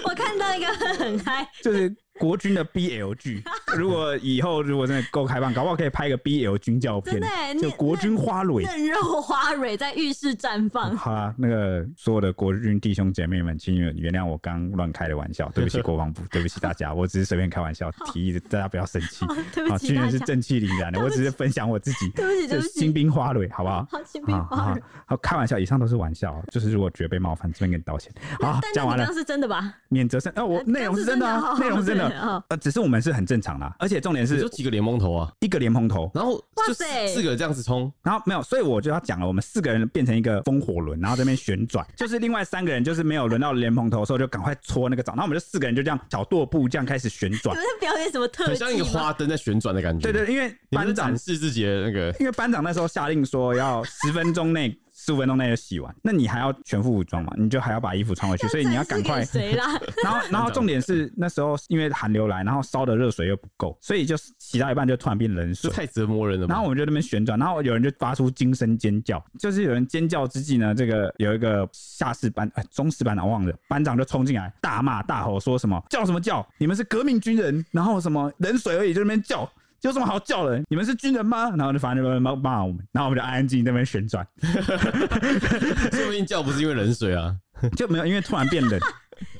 Speaker 2: 我看到一个很嗨，
Speaker 1: 就是国军的 BL 剧。如果以后如果真的够开放，搞不好可以拍一个 BL 军教
Speaker 2: 真
Speaker 1: 片
Speaker 2: 的，欸，
Speaker 1: 就
Speaker 2: 嫩
Speaker 1: 国军花蕊。
Speaker 2: 嫩肉花蕊在浴室
Speaker 1: [laughs]
Speaker 2: 绽放。
Speaker 1: 好
Speaker 2: [laughs]
Speaker 1: 啦，那个所有的国军弟兄姐妹们，请原谅我刚乱开的玩
Speaker 2: [laughs]
Speaker 1: 笑，对不起国防部，对不起大家，我只是随便开玩笑，提议大家不要生气。
Speaker 2: [laughs] 哦对不
Speaker 1: 好，
Speaker 2: 起
Speaker 1: 军
Speaker 2: 大
Speaker 1: 人是
Speaker 2: 家，
Speaker 1: 正气凛然的，我只是分享我自己，
Speaker 2: 对不起，对
Speaker 1: 就
Speaker 2: 不
Speaker 1: 是
Speaker 2: 起，
Speaker 1: 新兵花蕊，好不好？
Speaker 2: 好，新
Speaker 1: 好
Speaker 2: 兵花
Speaker 1: 好
Speaker 2: 蕊。
Speaker 1: 好，开玩笑，以上都是玩笑，就是如果觉得被冒犯，这边跟你道歉。好，
Speaker 2: [laughs] 但是
Speaker 1: 讲
Speaker 2: 你
Speaker 1: 完
Speaker 2: 刚呃
Speaker 1: 了
Speaker 2: 刚，是真的吧？
Speaker 1: 免责声。哦，我内容是真的啊，内容是真
Speaker 2: 对
Speaker 1: 的。
Speaker 2: 哦
Speaker 1: 呃，只是我们是很正常的啊，而且重点
Speaker 3: 你
Speaker 1: 是
Speaker 3: 说几个联盟头啊？
Speaker 1: 一个莲蓬头，
Speaker 3: 然后
Speaker 2: 哇
Speaker 3: 就
Speaker 2: 塞
Speaker 3: 四个这样子冲，
Speaker 1: 然后没有，所以我就要讲了，我们四个人变成一个风火轮，然后这边旋转， [laughs] 就是另外三个人就是没有轮到莲蓬头的时候，就赶快搓那个澡，然后我们就四个人就这样小跺步这样开始旋
Speaker 2: 你 [laughs]
Speaker 1: 转，
Speaker 2: 们在表演什么特技
Speaker 3: 很像
Speaker 2: 吗？
Speaker 3: 一个花灯在旋转的感觉。
Speaker 1: 对对，因为
Speaker 3: 你们
Speaker 1: 班
Speaker 3: 在
Speaker 1: 长
Speaker 3: 展示自己的那个
Speaker 1: 因为班长那时候下令说要十分钟内、 [laughs] 十五分钟内就洗完，那你还要全副武装嘛，你就还要把衣服穿
Speaker 2: [laughs]
Speaker 1: 回去，所以你要赶快
Speaker 2: 展。示给
Speaker 1: [laughs]
Speaker 2: 谁啦？
Speaker 1: 然后，然后重点是那时候因为寒流来，然后烧的热水又不够，所以就洗到一半就突然变冷水。
Speaker 3: 这太折磨人了吧。
Speaker 1: 然后我们就在那边旋转，然后有人就发出惊声尖叫，就是有人尖叫之际呢，这个有一个下士班、哎、中士班长忘了，班长就冲进来大骂大吼，说什么叫什么叫，你们是革命军人，然后什么冷水而已，就在那边叫。有什么好叫的？你们是军人吗？然后就反正就骂骂我们，然后我们就安安静静在那边旋转， [laughs]
Speaker 3: [laughs] 说不定叫不是因为冷
Speaker 1: [laughs]
Speaker 3: 水啊，
Speaker 1: 就没有，因为突然变冷，啊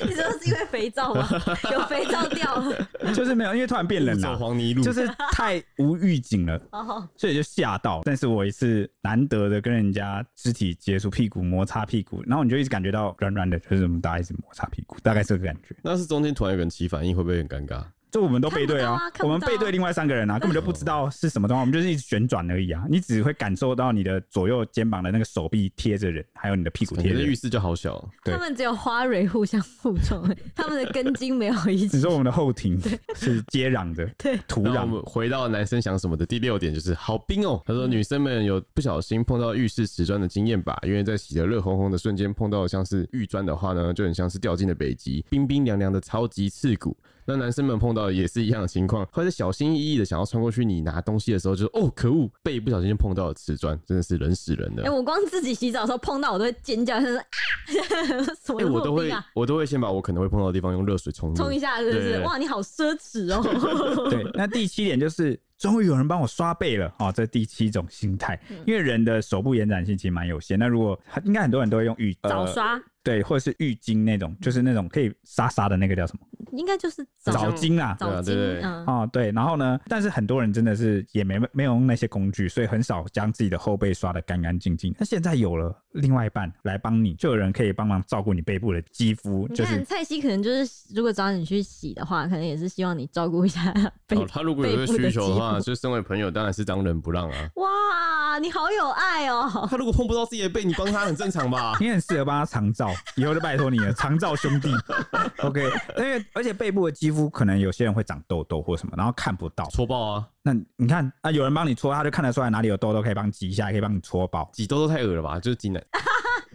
Speaker 2: 你说是因为肥
Speaker 1: [laughs]
Speaker 2: 皂吗？有肥皂掉了。
Speaker 1: 就是没有，因为突然变冷
Speaker 3: 走
Speaker 1: 了、
Speaker 3: 黄泥路，
Speaker 1: [laughs] 就是太无预警了，
Speaker 2: 哦，
Speaker 1: 所以就吓到。但是我也是难得的跟人家肢体接触，屁股摩擦屁股，然后你就一直感觉到软软的，就是我们大家一直摩擦屁股，大概是这个感觉。
Speaker 3: 那是中间突然有个人起反应，会不会很尴尬？
Speaker 1: 就我们都背对啊，
Speaker 2: 看不到啊看不到
Speaker 1: 我们背对另外三个人啊，根本就不知道是什么状况，我们就是一直旋转而已啊。你只会感受到你的左右肩膀的那个手臂贴着人，还有你的屁股
Speaker 3: 我
Speaker 1: 贴
Speaker 3: 觉
Speaker 1: 着
Speaker 3: 得
Speaker 1: 人
Speaker 3: 浴。室就好小哦，
Speaker 1: 对
Speaker 2: 他们只有花蕊互相互撞，他们的根茎没有一
Speaker 1: 只
Speaker 2: 起
Speaker 1: 是。我们的后庭是接壤的，
Speaker 2: 对
Speaker 1: 土
Speaker 3: 那我
Speaker 1: 壤
Speaker 3: 们回到男生想什么的第六点就是好冰哦。他说女生们有不小心碰到浴室瓷砖的经验吧？因为在洗得热烘烘的瞬间碰到像是浴砖的话呢，就很像是掉进了北极，冰冰凉凉的，超级刺骨。那男生们碰到的也是一样的情况，或者小心翼翼的想要穿过去你拿东西的时候，就是哦可恶，被不小心碰到了瓷砖，真的是冷死人的
Speaker 2: 哎、。我光自己洗澡的时候碰到，我都会尖叫，就是啊， [laughs] 什么
Speaker 3: 哎、我都
Speaker 2: 破
Speaker 3: 会
Speaker 2: 冰啊，，
Speaker 3: 我都会先把我可能会碰到的地方用热水冲
Speaker 2: 冲
Speaker 3: 入
Speaker 2: 一。下是不
Speaker 3: 对对
Speaker 2: 是？
Speaker 3: 对
Speaker 2: 哇，你好奢侈
Speaker 1: [laughs]
Speaker 2: 哦！
Speaker 1: 对，那第七点就是，终于有人帮我刷背了哦，这第七种心态，
Speaker 2: 嗯
Speaker 1: 因为人的手部延展性其实蛮有限。那如果应该很多人都会用浴呃
Speaker 2: 早刷、
Speaker 1: 对，或者是浴巾那种，就是那种可以沙沙的那个叫什么
Speaker 2: 应该就是
Speaker 3: 早
Speaker 1: 澡
Speaker 2: 早
Speaker 3: 上
Speaker 1: 巾啦。
Speaker 3: 对啊对
Speaker 2: 早精，
Speaker 3: 对
Speaker 2: 嗯，
Speaker 1: 哦，对，然后呢？但是很多人真的是也没没有用那些工具，所以很少将自己的后背刷的干干净净。那现在有了另外一半来帮你，就有人可以帮忙照顾你背部的肌肤，
Speaker 2: 你
Speaker 1: 就是
Speaker 2: 看蔡西可能就是，如果找你去洗的话，可能也是希望你照顾一下被。
Speaker 3: 哦，他如 [laughs] 果有这个需求的话，就身为朋友当然是当仁不让啊。
Speaker 2: 哇，你好有爱哦！
Speaker 3: 他如果碰不到自己的背，你帮他很正常吧？
Speaker 1: 你很适合帮他长照，以后就拜托你了，长照兄弟。OK，因为而且背部的肌肤可能有些人会长痘痘或什么，然后看不到。
Speaker 3: 戳爆啊！
Speaker 1: 那你看啊，有人帮你搓，他就看得出来哪里有痘痘，可以帮你挤一下，也可以帮你搓爆。
Speaker 3: 挤痘痘太恶了吧？就是
Speaker 1: [laughs]
Speaker 3: 挤奶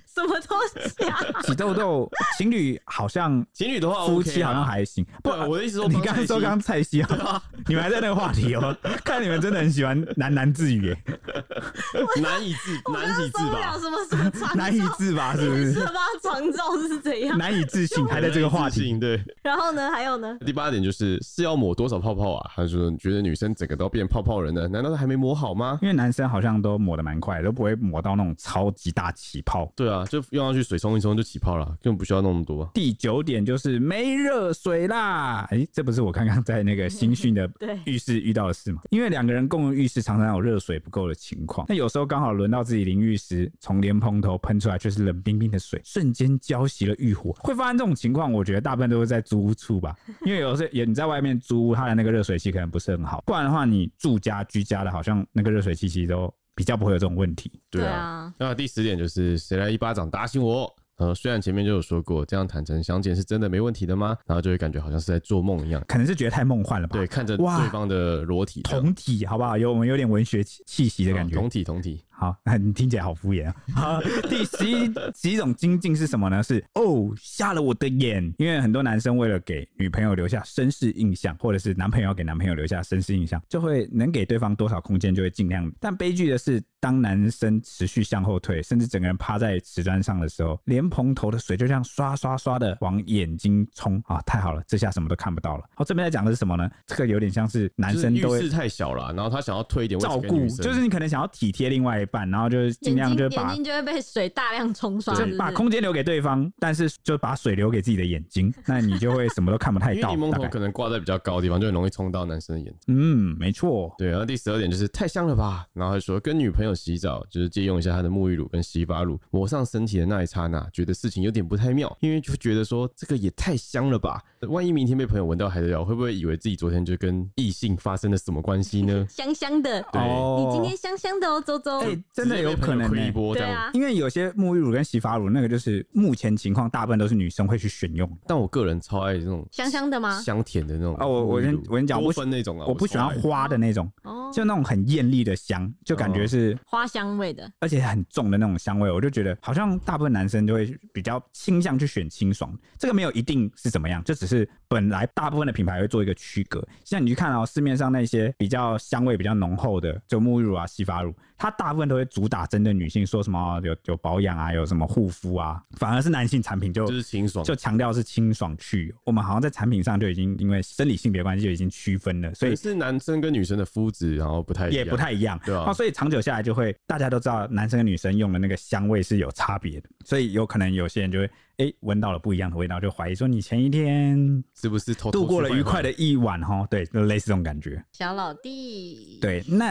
Speaker 2: 什么东西啊？
Speaker 1: 挤痘痘，情侣好像
Speaker 3: 情侣的话 OK 啊，
Speaker 1: 夫妻好像还行。不
Speaker 3: 不，，我的意思说
Speaker 1: 你
Speaker 3: 帮
Speaker 1: 刚
Speaker 3: 蔡
Speaker 1: 刚
Speaker 3: 依
Speaker 1: 说刚蔡西哦，你们还在那个话题哦，看你们真的很喜欢喃喃自语欸耶，
Speaker 3: [laughs] 难以
Speaker 1: [laughs]
Speaker 3: 自
Speaker 2: 我
Speaker 3: 难以
Speaker 2: 真的
Speaker 3: 自
Speaker 2: 受不
Speaker 3: 拔
Speaker 2: 了，什么什么
Speaker 3: 啊
Speaker 2: 床
Speaker 1: 难以自拔是不
Speaker 2: 是
Speaker 1: 是？
Speaker 2: 吧？床罩是怎样？
Speaker 1: 难以置信，还在这个话
Speaker 3: 难以置
Speaker 1: 题。
Speaker 3: 信对。
Speaker 2: 然后呢？还有呢？
Speaker 3: 第八点就是是要抹多少泡泡啊？他说你觉得女生整个都变泡泡人了，难道她还没抹好吗？
Speaker 1: 因为男生好像都抹的蛮快，都不会抹到那种超级大起泡。
Speaker 3: 对啊，就用上去水冲一冲就起泡了，根本不需要弄那么多。
Speaker 1: 第九点就是没热水啦，诶，这不是我刚刚在那个新训的
Speaker 2: 对
Speaker 1: 浴室遇到的事吗？因为两个人共用浴室，常常有热水不够的情况。那有时候刚好轮到自己淋浴时，从莲蓬头喷出来却是冷冰冰的水，瞬间浇熄了浴火。会发生这种情况，我觉得大部分都是在租屋处吧，因为有时候也你在外面租屋，它的那个热水器可能不是很好，不然的话你住家居家的，好像那个热水器其实都比较不会有这种问题。
Speaker 3: 对啊，
Speaker 2: 啊，
Speaker 3: 那第十点就是谁来一巴掌打醒我？呃，虽然前面就有说过，这样坦诚相见是真的没问题的吗？然后就会感觉好像是在做梦一样，
Speaker 1: 可能是觉得太梦幻了吧？
Speaker 3: 对，，看着
Speaker 1: 哇
Speaker 3: 对方的裸体
Speaker 1: 同体好不好？有我们有点文学气气息
Speaker 3: 你
Speaker 1: 的感觉。
Speaker 3: 同体同体，
Speaker 1: 好， [laughs] 你听起来好敷衍啊。 [laughs] 好，第十一十一种精进是什么呢？是哦，瞎了我的眼。因为很多男生为了给女朋友留下绅士印象，或者是男朋友给男朋友留下绅士印象，就会能给对方多少空间就会尽量。但悲剧的是，当男生持续向后退，甚至整个人趴在瓷砖上的时候，莲蓬头的水就这样刷刷刷的往眼睛冲啊！太好了，这下什么都看不到了。好、这边在讲的是什么呢？这个有点像是男生都
Speaker 3: 就是浴
Speaker 1: 会
Speaker 3: 室太小了，然后他想要退一点位
Speaker 1: 照
Speaker 3: 置给
Speaker 1: 顾，
Speaker 3: 女生，
Speaker 1: 就是你可能想要体贴另外一半，然后就是尽量就是
Speaker 2: 眼睛眼
Speaker 1: 把
Speaker 2: 睛就会被水大量冲刷，
Speaker 1: 就是
Speaker 2: 不？
Speaker 1: 把空间留给对方，但是就把水留给自己的眼睛，那你就会什么都看不太
Speaker 3: 因为
Speaker 1: 到
Speaker 3: 柠檬。
Speaker 1: 大
Speaker 3: 头
Speaker 1: 概
Speaker 3: 可能挂在比较高的地方，就很容易冲到男生的眼睛。
Speaker 1: 嗯，没错。
Speaker 3: 对，然后第十二点就是太香了吧，然后他说跟女朋友洗澡就是借用一下她的沐浴乳跟洗发乳，抹上身体的那一刹那，觉得事情有点不太妙，因为就觉得说这个也太香了吧，万一明天被朋友闻到还得了，会不会以为自己昨天就跟异性发生了什么关系呢
Speaker 2: 香香的。
Speaker 3: 对
Speaker 2: 你今天香香的哦，周周。
Speaker 1: 哦哎 [laughs] 真的有可能
Speaker 3: 直接被朋友亏
Speaker 1: 呢
Speaker 3: 一波这
Speaker 2: 对
Speaker 3: 样。
Speaker 2: 啊，
Speaker 1: 因为有些沐浴乳跟洗发乳，那个就是目前情况大部分都是女生会去选用。
Speaker 3: 但我个人超爱这种
Speaker 2: 香香的吗？
Speaker 3: 香甜的那种
Speaker 1: 啊我我
Speaker 3: 沐浴
Speaker 1: 跟
Speaker 3: 乳
Speaker 1: 我跟你讲我
Speaker 3: 多
Speaker 1: 不
Speaker 3: 酚那种啊，
Speaker 1: 我不喜
Speaker 3: 超
Speaker 1: 欢
Speaker 3: 爱
Speaker 1: 花的那种，
Speaker 2: 哦，
Speaker 1: 就那种很艳丽的香，就感
Speaker 3: 哦
Speaker 1: 觉是
Speaker 2: 花香味的。
Speaker 1: 而且很重的那种香味，我就觉得好像大部分男生就会比较倾向去选清爽。这个没有一定是怎么样，就只是本来大部分的品牌会做一个区隔。像你去看哦，市面上那些比较香味比较浓厚的，就沐浴乳啊、洗发乳，它大部分都会主打针对女性，说什么哦有有保养啊，有什么护肤啊，反而是男性产品就
Speaker 3: 就是清爽，
Speaker 1: 就强调是清爽去油。我们好像在产品上就已经因为生理性别关系就已经区分了，所
Speaker 3: 所
Speaker 1: 以
Speaker 3: 以是男生跟女生的肤质然后不太一
Speaker 1: 也
Speaker 3: 样
Speaker 1: 不太一样，
Speaker 3: 对啊
Speaker 1: 所以长久下来就会大家都知道男生跟女生用的那个香味是有差别的，所以有可能有些人就会哎闻、到了不一样的味道，就怀疑说你前一天
Speaker 3: 是不是偷偷
Speaker 1: 度过了
Speaker 3: 去换
Speaker 1: 愉快的一晚
Speaker 3: 啊
Speaker 1: 哈，对，就类似这种感觉。
Speaker 2: 小老弟，，
Speaker 1: 对，那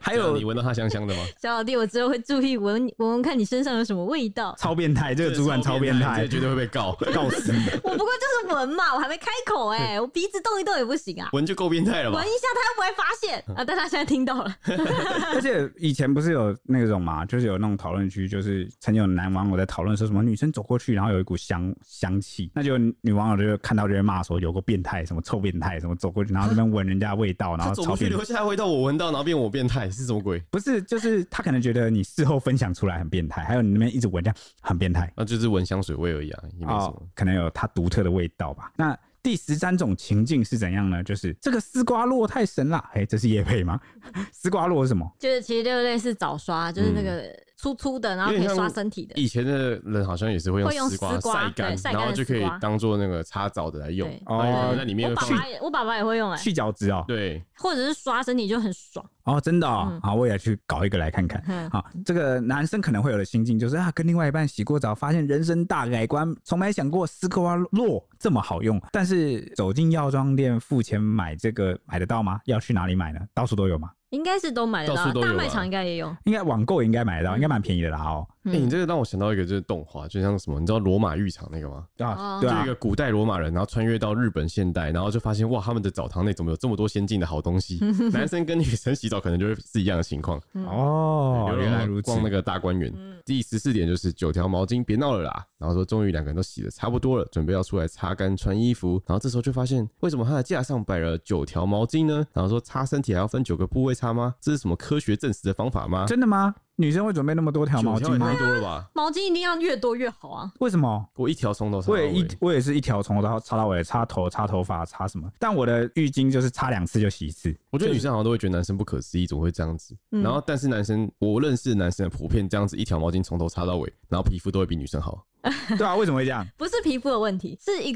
Speaker 1: 还
Speaker 3: 换？
Speaker 1: 有。
Speaker 3: [laughs] 你闻到它香香的吗？
Speaker 2: 小老弟，我之后会注意闻闻闻看你身上有什么味道
Speaker 1: 超变态， [laughs] 这个主管超变态
Speaker 3: 这，绝对会被告。
Speaker 1: 告死你！
Speaker 2: 我不过就是闻嘛，我还没开口哎、我鼻子动一动也不行啊，
Speaker 3: 闻就够变态了吧嗯
Speaker 2: 闻？一下他又不会发现啊。但他现在听到了，
Speaker 1: [laughs] 而且以前不是有那种嘛，就是有那种讨论区，就是曾经有男网友在讨论说什么女生走过去，然后有一股香香气，那就女网友就看到就会骂说有个变态，什么臭变态，什么走过去然后这边闻人家味道，然
Speaker 3: 他
Speaker 1: 后
Speaker 3: 走
Speaker 1: 啊超
Speaker 3: 过去
Speaker 1: 变态
Speaker 3: 留。下味道，我闻到，然后变我变态，是什么鬼？
Speaker 1: 不是，就是他可能觉得你事后分享出来很变态，还有你那边一直闻这样很变态哦
Speaker 3: 那就是闻香水味而已啊，也没什么。，
Speaker 1: 可能有他独特的味道吧。那第十三种情境是怎样呢？就是这个丝瓜络太神啦，哎、这是叶配吗？ [laughs] 丝瓜络是什么？
Speaker 2: 就是其实就类似早刷，就是
Speaker 3: 嗯
Speaker 2: 那个粗粗的，然后可以刷身体的。
Speaker 3: 以前的人好像也是会
Speaker 2: 会用
Speaker 3: 丝
Speaker 2: 丝瓜
Speaker 3: 晒干
Speaker 2: 对，晒干
Speaker 3: 然后就可以
Speaker 2: 的丝瓜
Speaker 3: 当做那个擦澡的来用
Speaker 2: 对。
Speaker 3: 然后有可能
Speaker 1: 哦
Speaker 3: 在里面
Speaker 2: 我
Speaker 3: 放
Speaker 2: 爸爸也，我爸爸也会用哎、
Speaker 1: 去角质哦，
Speaker 3: 对，
Speaker 2: 或者是刷身体就很爽。
Speaker 1: 哦，真的哦
Speaker 2: 嗯，
Speaker 1: 好，我也去搞一个来看看。
Speaker 2: 嗯
Speaker 1: 好，这个男生可能会有的心境就是啊，跟另外一半洗过澡，发现人生大改观，从没想过丝瓜络这么好用。但是走进药妆店付钱买这个买得到吗？要去哪里买呢？到处都有吗？
Speaker 2: 应该是都买得
Speaker 3: 到处
Speaker 2: 到，
Speaker 3: 都有
Speaker 2: 大
Speaker 3: 啊
Speaker 2: 卖场应该也有。嗯
Speaker 1: 应该网购也应该买得到，应该蛮便宜的啦哦。
Speaker 3: 哎、你这个让我想到一个就是动画，就像什么，你知道罗马浴场那个吗？
Speaker 1: 啊，
Speaker 2: 哦
Speaker 1: 对
Speaker 3: 就一
Speaker 1: 啊
Speaker 3: 个，古代罗马人，然后穿越到日本现代，然后就发现哇，他们的澡堂内怎么有这么多先进的好
Speaker 1: [laughs]
Speaker 3: 东西？男生跟女生洗澡可能就会是一样的情况。
Speaker 2: 嗯
Speaker 1: 哦，
Speaker 3: 流
Speaker 1: 原
Speaker 3: 浪
Speaker 1: 来如此嗯
Speaker 3: 逛。那个大观园。第十四点就是九条毛巾，别闹了啦。然后说终于两个人都洗的差不多了，准备要出来擦干穿衣服。然后这时候就发现，为什么他的架上摆了九条毛巾呢？然后说擦身体还要分九个部位擦吗？这是什么科学证实的方法吗？
Speaker 1: 真的吗？女生会准备那么多条毛
Speaker 3: 九条
Speaker 1: 巾
Speaker 3: 也
Speaker 1: 吗
Speaker 3: 太？多了吧？
Speaker 2: 毛巾一定要越多越好啊！
Speaker 1: 为什么？
Speaker 3: 我一条从头擦到
Speaker 1: 我也
Speaker 3: 尾
Speaker 1: 一，我也是一条从头到擦到尾，擦头、擦头发、擦什么？但我的浴巾就是擦两次就洗一次。
Speaker 2: [laughs]
Speaker 3: 我觉得女生好像都会觉得男生不可思议，怎么会这样子？
Speaker 2: 嗯
Speaker 3: 然后，但是男生我认识的男生普遍这样子一条毛巾从头擦到尾，然后皮肤都会比女生好。
Speaker 1: 对啊，为什么会这样？
Speaker 2: 不是皮肤的问题，是一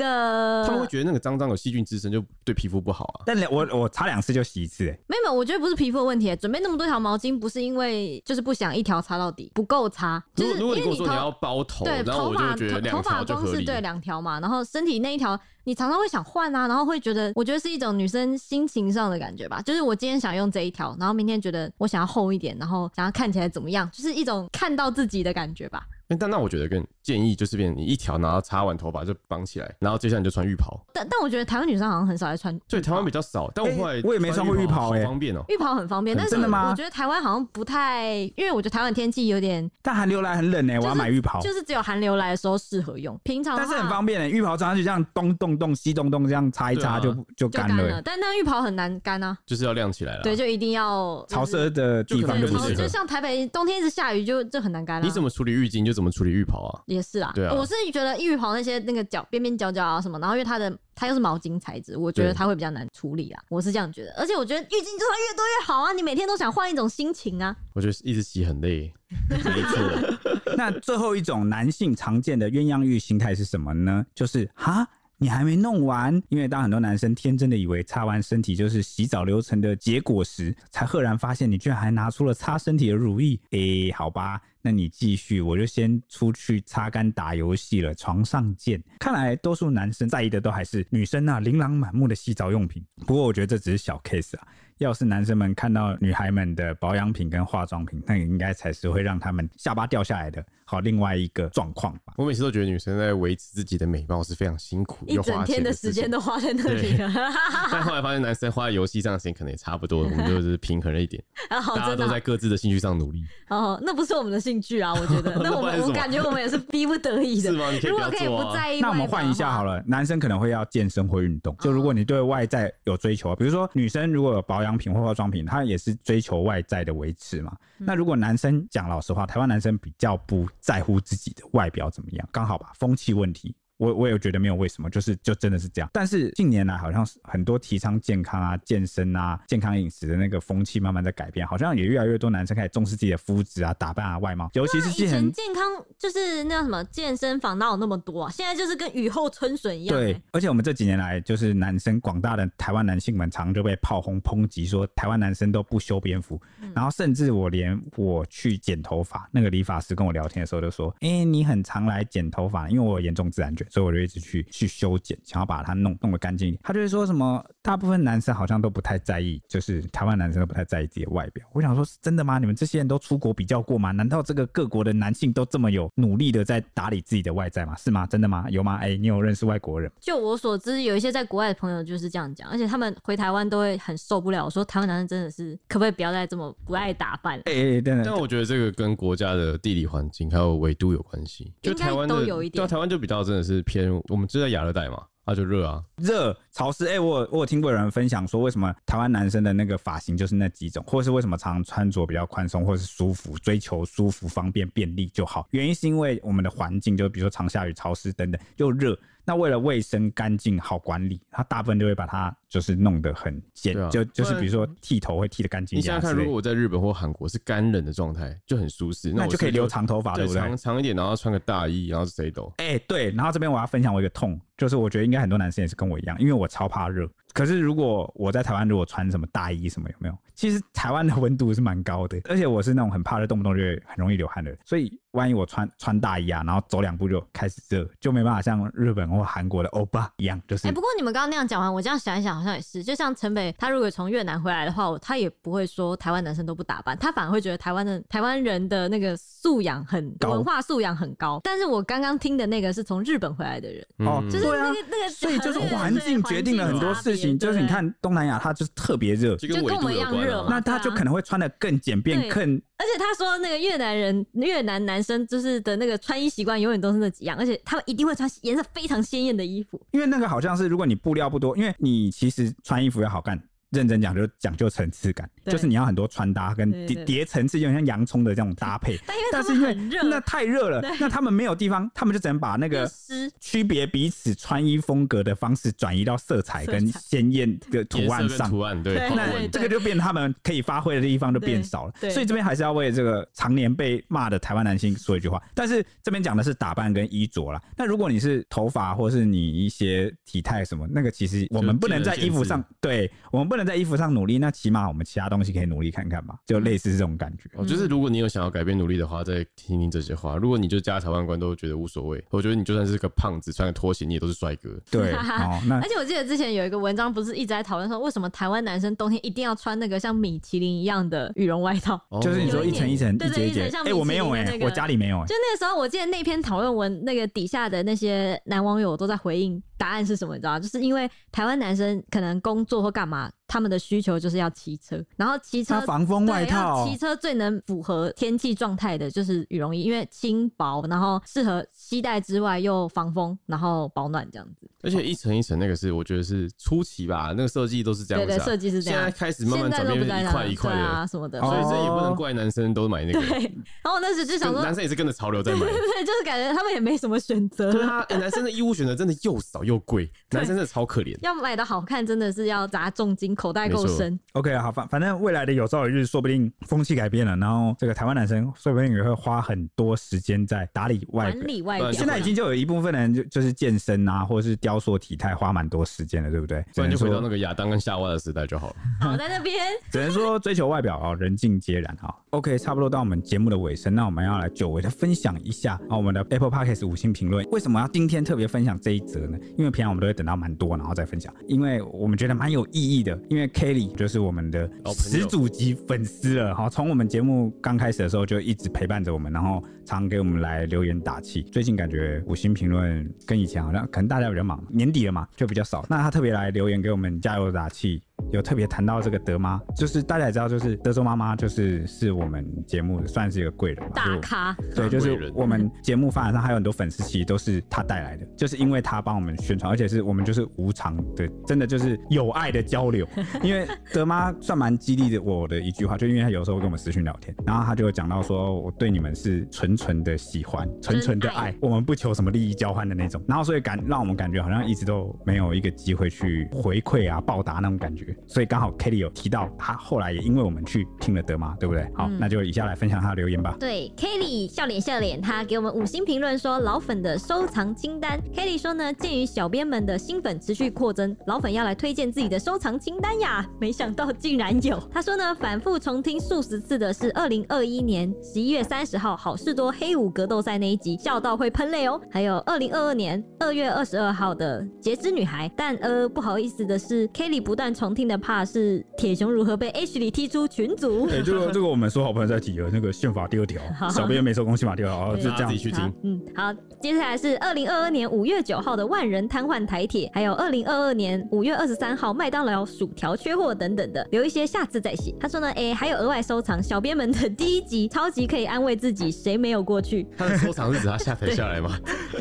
Speaker 3: 他们
Speaker 2: 个
Speaker 3: 会觉得那个脏脏有细菌滋生，就对皮肤不好啊。
Speaker 1: 但两我我擦两次就洗一次、欸，
Speaker 2: 没有，没有我觉得不是皮肤的问题。准备那么多条毛巾，不是因为就是不想一条擦到底，不够擦，就
Speaker 3: 如果如
Speaker 2: 是因
Speaker 3: 果你
Speaker 2: 为
Speaker 3: 跟我
Speaker 2: 你
Speaker 3: 说
Speaker 2: 头
Speaker 3: 你要包头，
Speaker 2: 对
Speaker 3: 然后
Speaker 2: 头
Speaker 3: 我
Speaker 2: 发
Speaker 3: 就觉
Speaker 2: 头
Speaker 3: 得两
Speaker 2: 头
Speaker 3: 条
Speaker 2: 发
Speaker 3: 就
Speaker 2: 光
Speaker 3: 合
Speaker 2: 是
Speaker 3: 理。
Speaker 2: 对两条嘛，然后身体那一条你常常会想换啊，然后会觉得我觉得是一种女生心情上的感觉吧，就是我今天想用这一条，然后明天觉得我想要厚一点，然后想要看起来怎么样，就是一种看到自己的感觉吧。
Speaker 3: 但但那我觉得更建议就是，变成你一条，然后擦完头发就绑起来，然后接下来你就穿浴袍。
Speaker 2: 但但我觉得台湾女生好像很少在穿
Speaker 3: 所以台湾比较少，但我后来
Speaker 1: 欸我也没穿过浴袍
Speaker 3: 好
Speaker 1: 欸
Speaker 3: 方便哦。
Speaker 2: 浴袍很方便，但是
Speaker 1: 真的吗
Speaker 2: 嗯我觉得台湾好像不太，因为我觉得台湾天气有点，
Speaker 1: 但寒流来很冷哎、我要买浴袍，
Speaker 2: 就是只有寒流来的时候适合用，平常的
Speaker 1: 但是很
Speaker 2: 话
Speaker 1: 方便哎、浴袍穿上去这样东动动西动动这样擦一擦
Speaker 3: 对
Speaker 1: 就、
Speaker 3: 啊
Speaker 1: 就
Speaker 2: 就
Speaker 1: 干
Speaker 2: 干
Speaker 1: 了、
Speaker 2: 了。但那浴袍很难干啊，
Speaker 3: 就是要晾起来了。
Speaker 2: 对，就一定要
Speaker 1: 潮湿的地方就
Speaker 2: 对，
Speaker 1: 不
Speaker 2: 潮
Speaker 1: 适
Speaker 2: 就
Speaker 1: 合。
Speaker 2: 像台北冬天一直下雨就，就很难干了、啊
Speaker 3: 你怎么处理浴巾就怎么处理浴袍啊。
Speaker 2: 也是啊，
Speaker 3: 对啊
Speaker 2: 我是觉得浴袍那些那个角边边角角啊什么，然后因为它的它又是毛巾材质，我觉得
Speaker 3: 对
Speaker 2: 它会比较难处理啊，我是这样觉得。而且我觉得浴巾就是要越多越好啊，你每天都想换一种心情啊。
Speaker 3: 我觉得一直洗很累，
Speaker 1: 没错。 [laughs] 那最后一种男性常见的鸳鸯浴心态是什么呢？就是哈。你还没弄完，因为当很多男生天真的以为擦完身体就是洗澡流程的结果时，才赫然发现你居然还拿出了擦身体的乳液。诶、好吧，那你继续，我就先出去擦干打游戏了，床上见。看来多数男生在意的都还是女生那、琳琅满目的洗澡用品。不过我觉得这只是小 case 啊，要是男生们看到女孩们的保养品跟化妆品，那应该才是会让他们下巴掉下来的好另外一个状况吧。
Speaker 3: 我每次都觉得女生在维持自己的美貌是非常辛苦，
Speaker 2: 一
Speaker 3: 又花
Speaker 2: 整天
Speaker 3: 钱
Speaker 2: 的
Speaker 3: 事
Speaker 2: 时
Speaker 3: 情
Speaker 2: 间都花在那里啊 [laughs] 了，
Speaker 3: 但后来
Speaker 2: [laughs]
Speaker 3: 发现男生花在游戏上的时间可能也差不多，我们就是平衡了一
Speaker 2: [laughs]
Speaker 3: 点，
Speaker 2: 然后
Speaker 3: 大家
Speaker 2: 真的
Speaker 3: 都
Speaker 2: 啊
Speaker 3: 在各自的兴趣上努力，，
Speaker 2: 哦，那不是我们的兴趣啊，我觉得
Speaker 3: [laughs]
Speaker 2: 那我
Speaker 3: 不然
Speaker 2: 们
Speaker 3: 是什
Speaker 2: 我
Speaker 3: 么
Speaker 2: 感觉我们也是逼不得已的
Speaker 3: 是。吗？你可以
Speaker 2: 如
Speaker 3: 不
Speaker 2: 果
Speaker 3: 要
Speaker 2: 可以
Speaker 3: 做
Speaker 2: 不
Speaker 3: 啊。
Speaker 2: 在意外表的话，哦
Speaker 1: 那我们换一下好了，男生可能会要健身或运动。就如果你对外在有追求，比如说女生如果有保养品或化妆品，她也是追求外在的维持嘛。
Speaker 2: 嗯
Speaker 1: 那如果男生讲老实话，台湾男生比较不在乎自己的外表怎么样，刚好吧，风气问题。我我也觉得没有为什么，就是就真的是这样。但是近年来好像是很多提倡健康啊、健身啊、健康饮食的那个风气慢慢在改变，好像也越来越多男生开始重视自己的肤质啊、打扮啊、外貌，尤其是
Speaker 2: 以
Speaker 1: 之前
Speaker 2: 前健康就是那叫什么健身房哪有那么多啊？现在就是跟雨后春笋一样、欸。
Speaker 1: 对，而且我们这几年来，就是男生广大的台湾男性们，常就被炮轰抨击说台湾男生都不修边幅，然后甚至我连我去剪头发，那个理发师跟我聊天的时候就说：“哎、你很常来剪头发，因为我有严重自然卷，所以我就一直去去修剪，想要把它弄弄得干净一点。”他就会说什么，大部分男生好像都不太在意，就是台湾男生都不太在意自己的外表。我想说，是真的吗？你们这些人都出国比较过吗？难道这个各国的男性都这么有努力的在打理自己的外在吗？是吗？真的吗？有吗？哎、你有认识外国人吗？
Speaker 2: 就我所知，有一些在国外的朋友就是这样讲，而且他们回台湾都会很受不了，说台湾男生真的是可不可以不要再这么不爱打扮？
Speaker 1: 哎、欸，等
Speaker 3: 但
Speaker 1: 等，
Speaker 3: 我觉得这个跟国家的地理环境还有纬度有关系，就
Speaker 2: 应该
Speaker 3: 台湾的
Speaker 2: 都有一点
Speaker 3: 对啊台湾就比较真的是偏，我们就在亚热带嘛，啊就热啊，
Speaker 1: 热潮湿，哎、我我有听过有人分享说，为什么台湾男生的那个发型就是那几种，或是为什么常常穿着比较宽松，或是舒服，追求舒服、方便、便利就好。原因是因为我们的环境，就比如说常下雨、潮湿等等，又热。那为了卫生、干净、好管理，他大部分就会把它就是弄得很简，
Speaker 3: 对啊
Speaker 1: 就就是
Speaker 3: 不然
Speaker 1: 比如说剃头会剃得干净
Speaker 3: 你
Speaker 1: 一
Speaker 3: 想
Speaker 1: 点
Speaker 3: 想
Speaker 1: 啊
Speaker 3: 看，
Speaker 1: 之类
Speaker 3: 如果
Speaker 1: 的，
Speaker 3: 我在日本或韩国是干冷的状态，就很舒适，
Speaker 1: 那
Speaker 3: 我
Speaker 1: 就可以
Speaker 3: 是
Speaker 1: 留长头发，对
Speaker 3: 对
Speaker 1: 不对？
Speaker 3: 长长一点，然后穿个大衣，然后谁抖。
Speaker 1: 哎、对，然后这边我要分享我一个痛，就是我觉得应该很多男生也是跟我一样，因为我超怕热，可是如果我在台湾，如果穿什么大衣什么有没有？其实台湾的温度是蛮高的，而且我是那种很怕热，动不动就会很容易流汗的人，所以万一我穿穿大衣啊，然后走两步就开始热，就没办法像日本或韩国的欧巴一样，就是
Speaker 2: 哎、不过你们刚刚那样讲完，我这样想一想，好像也是。就像陈北，他如果从越南回来的话，我他也不会说台湾男生都不打扮，他反而会觉得台湾的台湾人的那个素养很
Speaker 1: 高
Speaker 2: 文化素养很高。但是我刚刚听的那个是从日本回来的人，
Speaker 1: 哦
Speaker 3: 嗯
Speaker 2: 就是
Speaker 1: 对啊
Speaker 2: 那个、那个，
Speaker 1: 所以就是
Speaker 2: 那个
Speaker 1: 环境决定了很多事情，就是你，看东南亚，它就是特别热，
Speaker 3: 就
Speaker 2: 就
Speaker 3: 跟
Speaker 2: 跟
Speaker 3: 纬
Speaker 2: 我
Speaker 3: 度
Speaker 2: 一
Speaker 3: 有
Speaker 2: 样
Speaker 3: 关
Speaker 2: 热
Speaker 3: 啊
Speaker 2: 嘛
Speaker 1: 那他就可能会穿的更简便、
Speaker 2: 对
Speaker 1: 更
Speaker 2: 对而且他说那个越南人越南男生就是的那个穿衣习惯永远都是那几样，而且他们一定会穿颜色非常鲜艳的衣服。
Speaker 1: 因为那个好像是，如果你布料不多，因为你其实穿衣服要好看，认真讲就讲究层次感，
Speaker 2: 对
Speaker 1: 就是你要很多穿搭跟
Speaker 2: 对对
Speaker 1: 叠
Speaker 2: 对
Speaker 1: 叠层次，就像洋葱的这种搭配。
Speaker 2: 但因为他
Speaker 1: 但是
Speaker 2: 们
Speaker 1: 因为
Speaker 2: 很 [laughs] 热，
Speaker 1: 那太热了
Speaker 2: 对，
Speaker 1: 那他们没有地方，他们就只能把那
Speaker 2: 又
Speaker 1: 个
Speaker 2: 湿，
Speaker 1: 区别彼此穿衣风格的方式转移到色彩
Speaker 2: 色
Speaker 1: 跟
Speaker 2: 彩
Speaker 1: 鲜艳的
Speaker 3: 颜
Speaker 1: 图
Speaker 3: 色
Speaker 1: 案
Speaker 3: 跟
Speaker 1: 上。
Speaker 3: 图案对
Speaker 2: 对，
Speaker 3: 好
Speaker 1: 那
Speaker 2: 对
Speaker 1: 这个就变他们可以发挥的地方就变少了
Speaker 2: 对，对
Speaker 1: 所以这边还是要为这个常年被骂的台湾男性说一句话。但是这边讲的是打扮跟衣着啦，那如果你是头发或是你一些体态什么，那个其实我们不能在衣服上
Speaker 3: 就，
Speaker 1: 对我们不能在衣服上努力，那起码我们其他东西可以努力看看吧，就类似这种感觉。
Speaker 3: 哦，就是如果你有想要改变努力的话，再听听这些话。如果你就家财万贯都觉得无所谓，我觉得你就算是个胖子，穿个拖鞋你也都是帅哥。
Speaker 1: 对，哦，那
Speaker 2: 而且我记得之前有一个文章，不是一直在讨论说，为什么台湾男生冬天一定要穿那个像米其林一样的羽绒外套？
Speaker 3: 哦
Speaker 1: 就是你说
Speaker 2: 有一
Speaker 1: 一层一层、
Speaker 2: 点
Speaker 1: 一节一节
Speaker 2: [laughs] 对对一层，像
Speaker 1: 哎，我没有
Speaker 2: 米其林
Speaker 1: 哎
Speaker 2: 的那，个
Speaker 1: 我家里没有哎
Speaker 2: 就，那个时候，我记得那篇讨论文，那个底下的那些男网友都在回应答案是什么，你知道吗？就是因为台湾男生可能工作或干嘛，他们的需求就是要骑车，然后骑车
Speaker 1: 它防风
Speaker 2: 对
Speaker 1: 外
Speaker 2: 要
Speaker 1: 套
Speaker 2: 骑。车最能符合天气状态的就是羽绒衣，因为轻薄，然后适合携带之外又防风，然后保暖这样子。
Speaker 3: 而且一层一层那个是，我觉得是初期吧，那个设计都是这样
Speaker 2: 对
Speaker 3: 子、啊。
Speaker 2: 对，设计是这
Speaker 3: 现在。
Speaker 2: 样
Speaker 3: 开始慢慢转
Speaker 2: 都
Speaker 3: 变
Speaker 2: 不
Speaker 3: 成
Speaker 2: 在
Speaker 3: 一
Speaker 2: 那
Speaker 3: 块一块
Speaker 2: 对
Speaker 3: 的，
Speaker 2: 啊什么的，
Speaker 1: 哦
Speaker 3: 所以这也不能怪男生都买那 [laughs] 个。
Speaker 2: 对，然后我那时就想说，
Speaker 3: 男生也是跟着潮流在买。
Speaker 2: [laughs] 对，就是感觉他们也没什么选择
Speaker 3: 对
Speaker 2: 了。
Speaker 3: 啊，哎男生的衣物选择真的又少又贵，男生真的超可怜。
Speaker 2: 要买的好看，真的是要砸重金，口袋够深。
Speaker 1: OK，好，反反正未来的有朝一日，说不定风气改变了，然后这个台湾男生说不定也会花很多时间在打理外
Speaker 2: 管
Speaker 1: 表。
Speaker 2: 理外
Speaker 3: 不
Speaker 2: 表，
Speaker 3: 然就
Speaker 1: 现在已经就有一部分人就就是健身啊，或者是雕塑体态，花蛮多时间的，对不对？
Speaker 3: 不
Speaker 1: 只
Speaker 3: 然
Speaker 1: 能
Speaker 3: 就
Speaker 1: 说
Speaker 3: 回到那个亚当跟夏娃的时代就好了。
Speaker 2: 好在那边。
Speaker 1: 只能说追求外表啊、人尽皆然啊、OK，差不多到我们节目的尾声，那我们要来久违的分享一下啊、我们的 Apple Podcast 五星评论。为什么要今天特别分享这一则呢？因为平常我们都会等到蛮多，然后再分享，因为我们觉得蛮有意义的。因为 Kelly 就是我们的
Speaker 3: 老朋友
Speaker 1: 始祖级粉丝了哈，从我们节目刚开始的时候就一直陪伴着我们，然后常给我们来留言打气。最近感觉五星评论跟以前好像，可能大家比较忙，年底了嘛，就比较少。那他特别来留言给我们加油打气，有特别谈到这个德妈，就是大家也知道，就是德州妈妈，就是是我们节目算是一个贵人吧，
Speaker 2: 大
Speaker 1: 就
Speaker 2: 咖，
Speaker 1: 对，
Speaker 3: 大
Speaker 1: 就
Speaker 3: 贵
Speaker 1: 是
Speaker 3: 人
Speaker 1: 我们节目发展上还有很多粉丝，其实都是他带来的，就是因为他帮我们宣传，而且是我们就是无偿的，真的就是有爱的交流。因为德妈算蛮激励的我的一句话，就因为她有时候会跟我们私讯聊天，然后她就讲到说我对你们是纯纯的喜欢，纯纯的
Speaker 2: 真爱
Speaker 1: 爱，我们不求什么利益交换的那种。然后所以感让我们感觉好像一直都没有一个机会去回馈啊报答那种感觉。所以刚好 Kelly 有提到，她后来也因为我们去听了德妈，对不对？好，
Speaker 2: 嗯
Speaker 1: 那就以下来分享她的留言吧。
Speaker 2: 对 Kelly 笑脸笑脸，他给我们五星评论说老粉的收藏清单。Kelly 说呢，鉴于小编们的新粉持续扩增，老粉要来推荐自己的收藏清单呀，没想到竟然有。他说呢，反复重听数十次的是二零二一年十一月三十号好事多黑五格斗赛那一集，笑到会喷泪哦。还有二零二二年二月二十二号的截肢女孩，但呃不好意思的是，Kelly 不断重听的怕是铁熊如何被 H 里踢出群组。
Speaker 1: 对，这个这个我们说好朋友在提了那个宪法第二条
Speaker 2: 好，
Speaker 1: 小编没收公宪法第二条，哦，
Speaker 2: 对
Speaker 1: 是这
Speaker 3: 大家
Speaker 1: 样
Speaker 3: 自己。去
Speaker 2: 好
Speaker 3: 听。，
Speaker 2: 嗯，好，接下来是二零二二年五月九号的万人瘫痪台铁，还有二零二二年五月二十三号麦当劳薯条缺货等等的，留一些下次再写。他说呢，诶，还有额外收藏小编们的第一集，超级可以安慰自己，谁没有过去？
Speaker 3: 他的收藏是指他下台下来吗？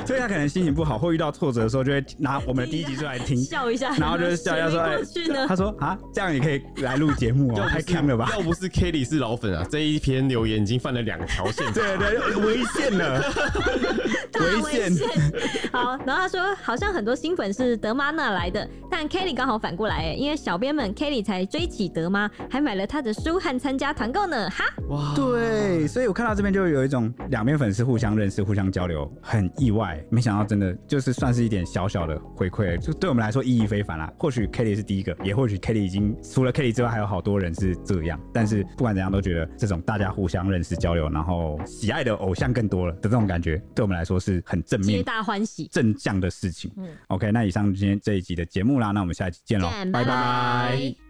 Speaker 1: 所以他可能心情不好或遇到挫折的时候，就会拿我们的第一集出来
Speaker 2: [laughs]
Speaker 1: 听， [laughs]
Speaker 2: 笑一下，
Speaker 1: 嗯然后就是笑一笑说：“
Speaker 2: 谁没
Speaker 1: 哎
Speaker 2: 过去，呢
Speaker 1: 他说啊，这样也可以来录节目哦，
Speaker 3: 要不
Speaker 1: 太
Speaker 3: 是
Speaker 1: 坑了
Speaker 2: [laughs]
Speaker 1: 吧
Speaker 3: 要不是 Kelly 是老粉啊，这一篇留言已经犯了两条线？”。
Speaker 1: 对对，危险
Speaker 2: [laughs]
Speaker 1: 了，
Speaker 2: 大
Speaker 1: 危险。
Speaker 2: 好，然后他说好像很多新粉是德妈那来的，但 Kelly 刚好反过来哎，因为小编们 Kelly 才追起德妈，还买了她的书和参加团购呢，哈。
Speaker 3: 哇，
Speaker 1: 对，所以我看到这边就有一种两边粉丝互相认识、互相交流，很意外，没想到真的就是算是一点小小的回馈，就对我们来说意义非凡啦。 [laughs] 或许 Kelly 是第一个，也或许 Kelly 已经除了 Kelly 之外，还有好多人是这样。但是不管怎样，都觉得这种大家互相认识、交流，然后喜爱的偶像更多了的这种感觉，对我们来说是很正
Speaker 2: 皆
Speaker 1: 面、
Speaker 2: 大欢喜。
Speaker 1: 正向的事情。
Speaker 2: 嗯
Speaker 1: OK，那以上今天这一集的节目啦，那我们下一集见喽，
Speaker 2: 见
Speaker 1: 拜
Speaker 2: 拜拜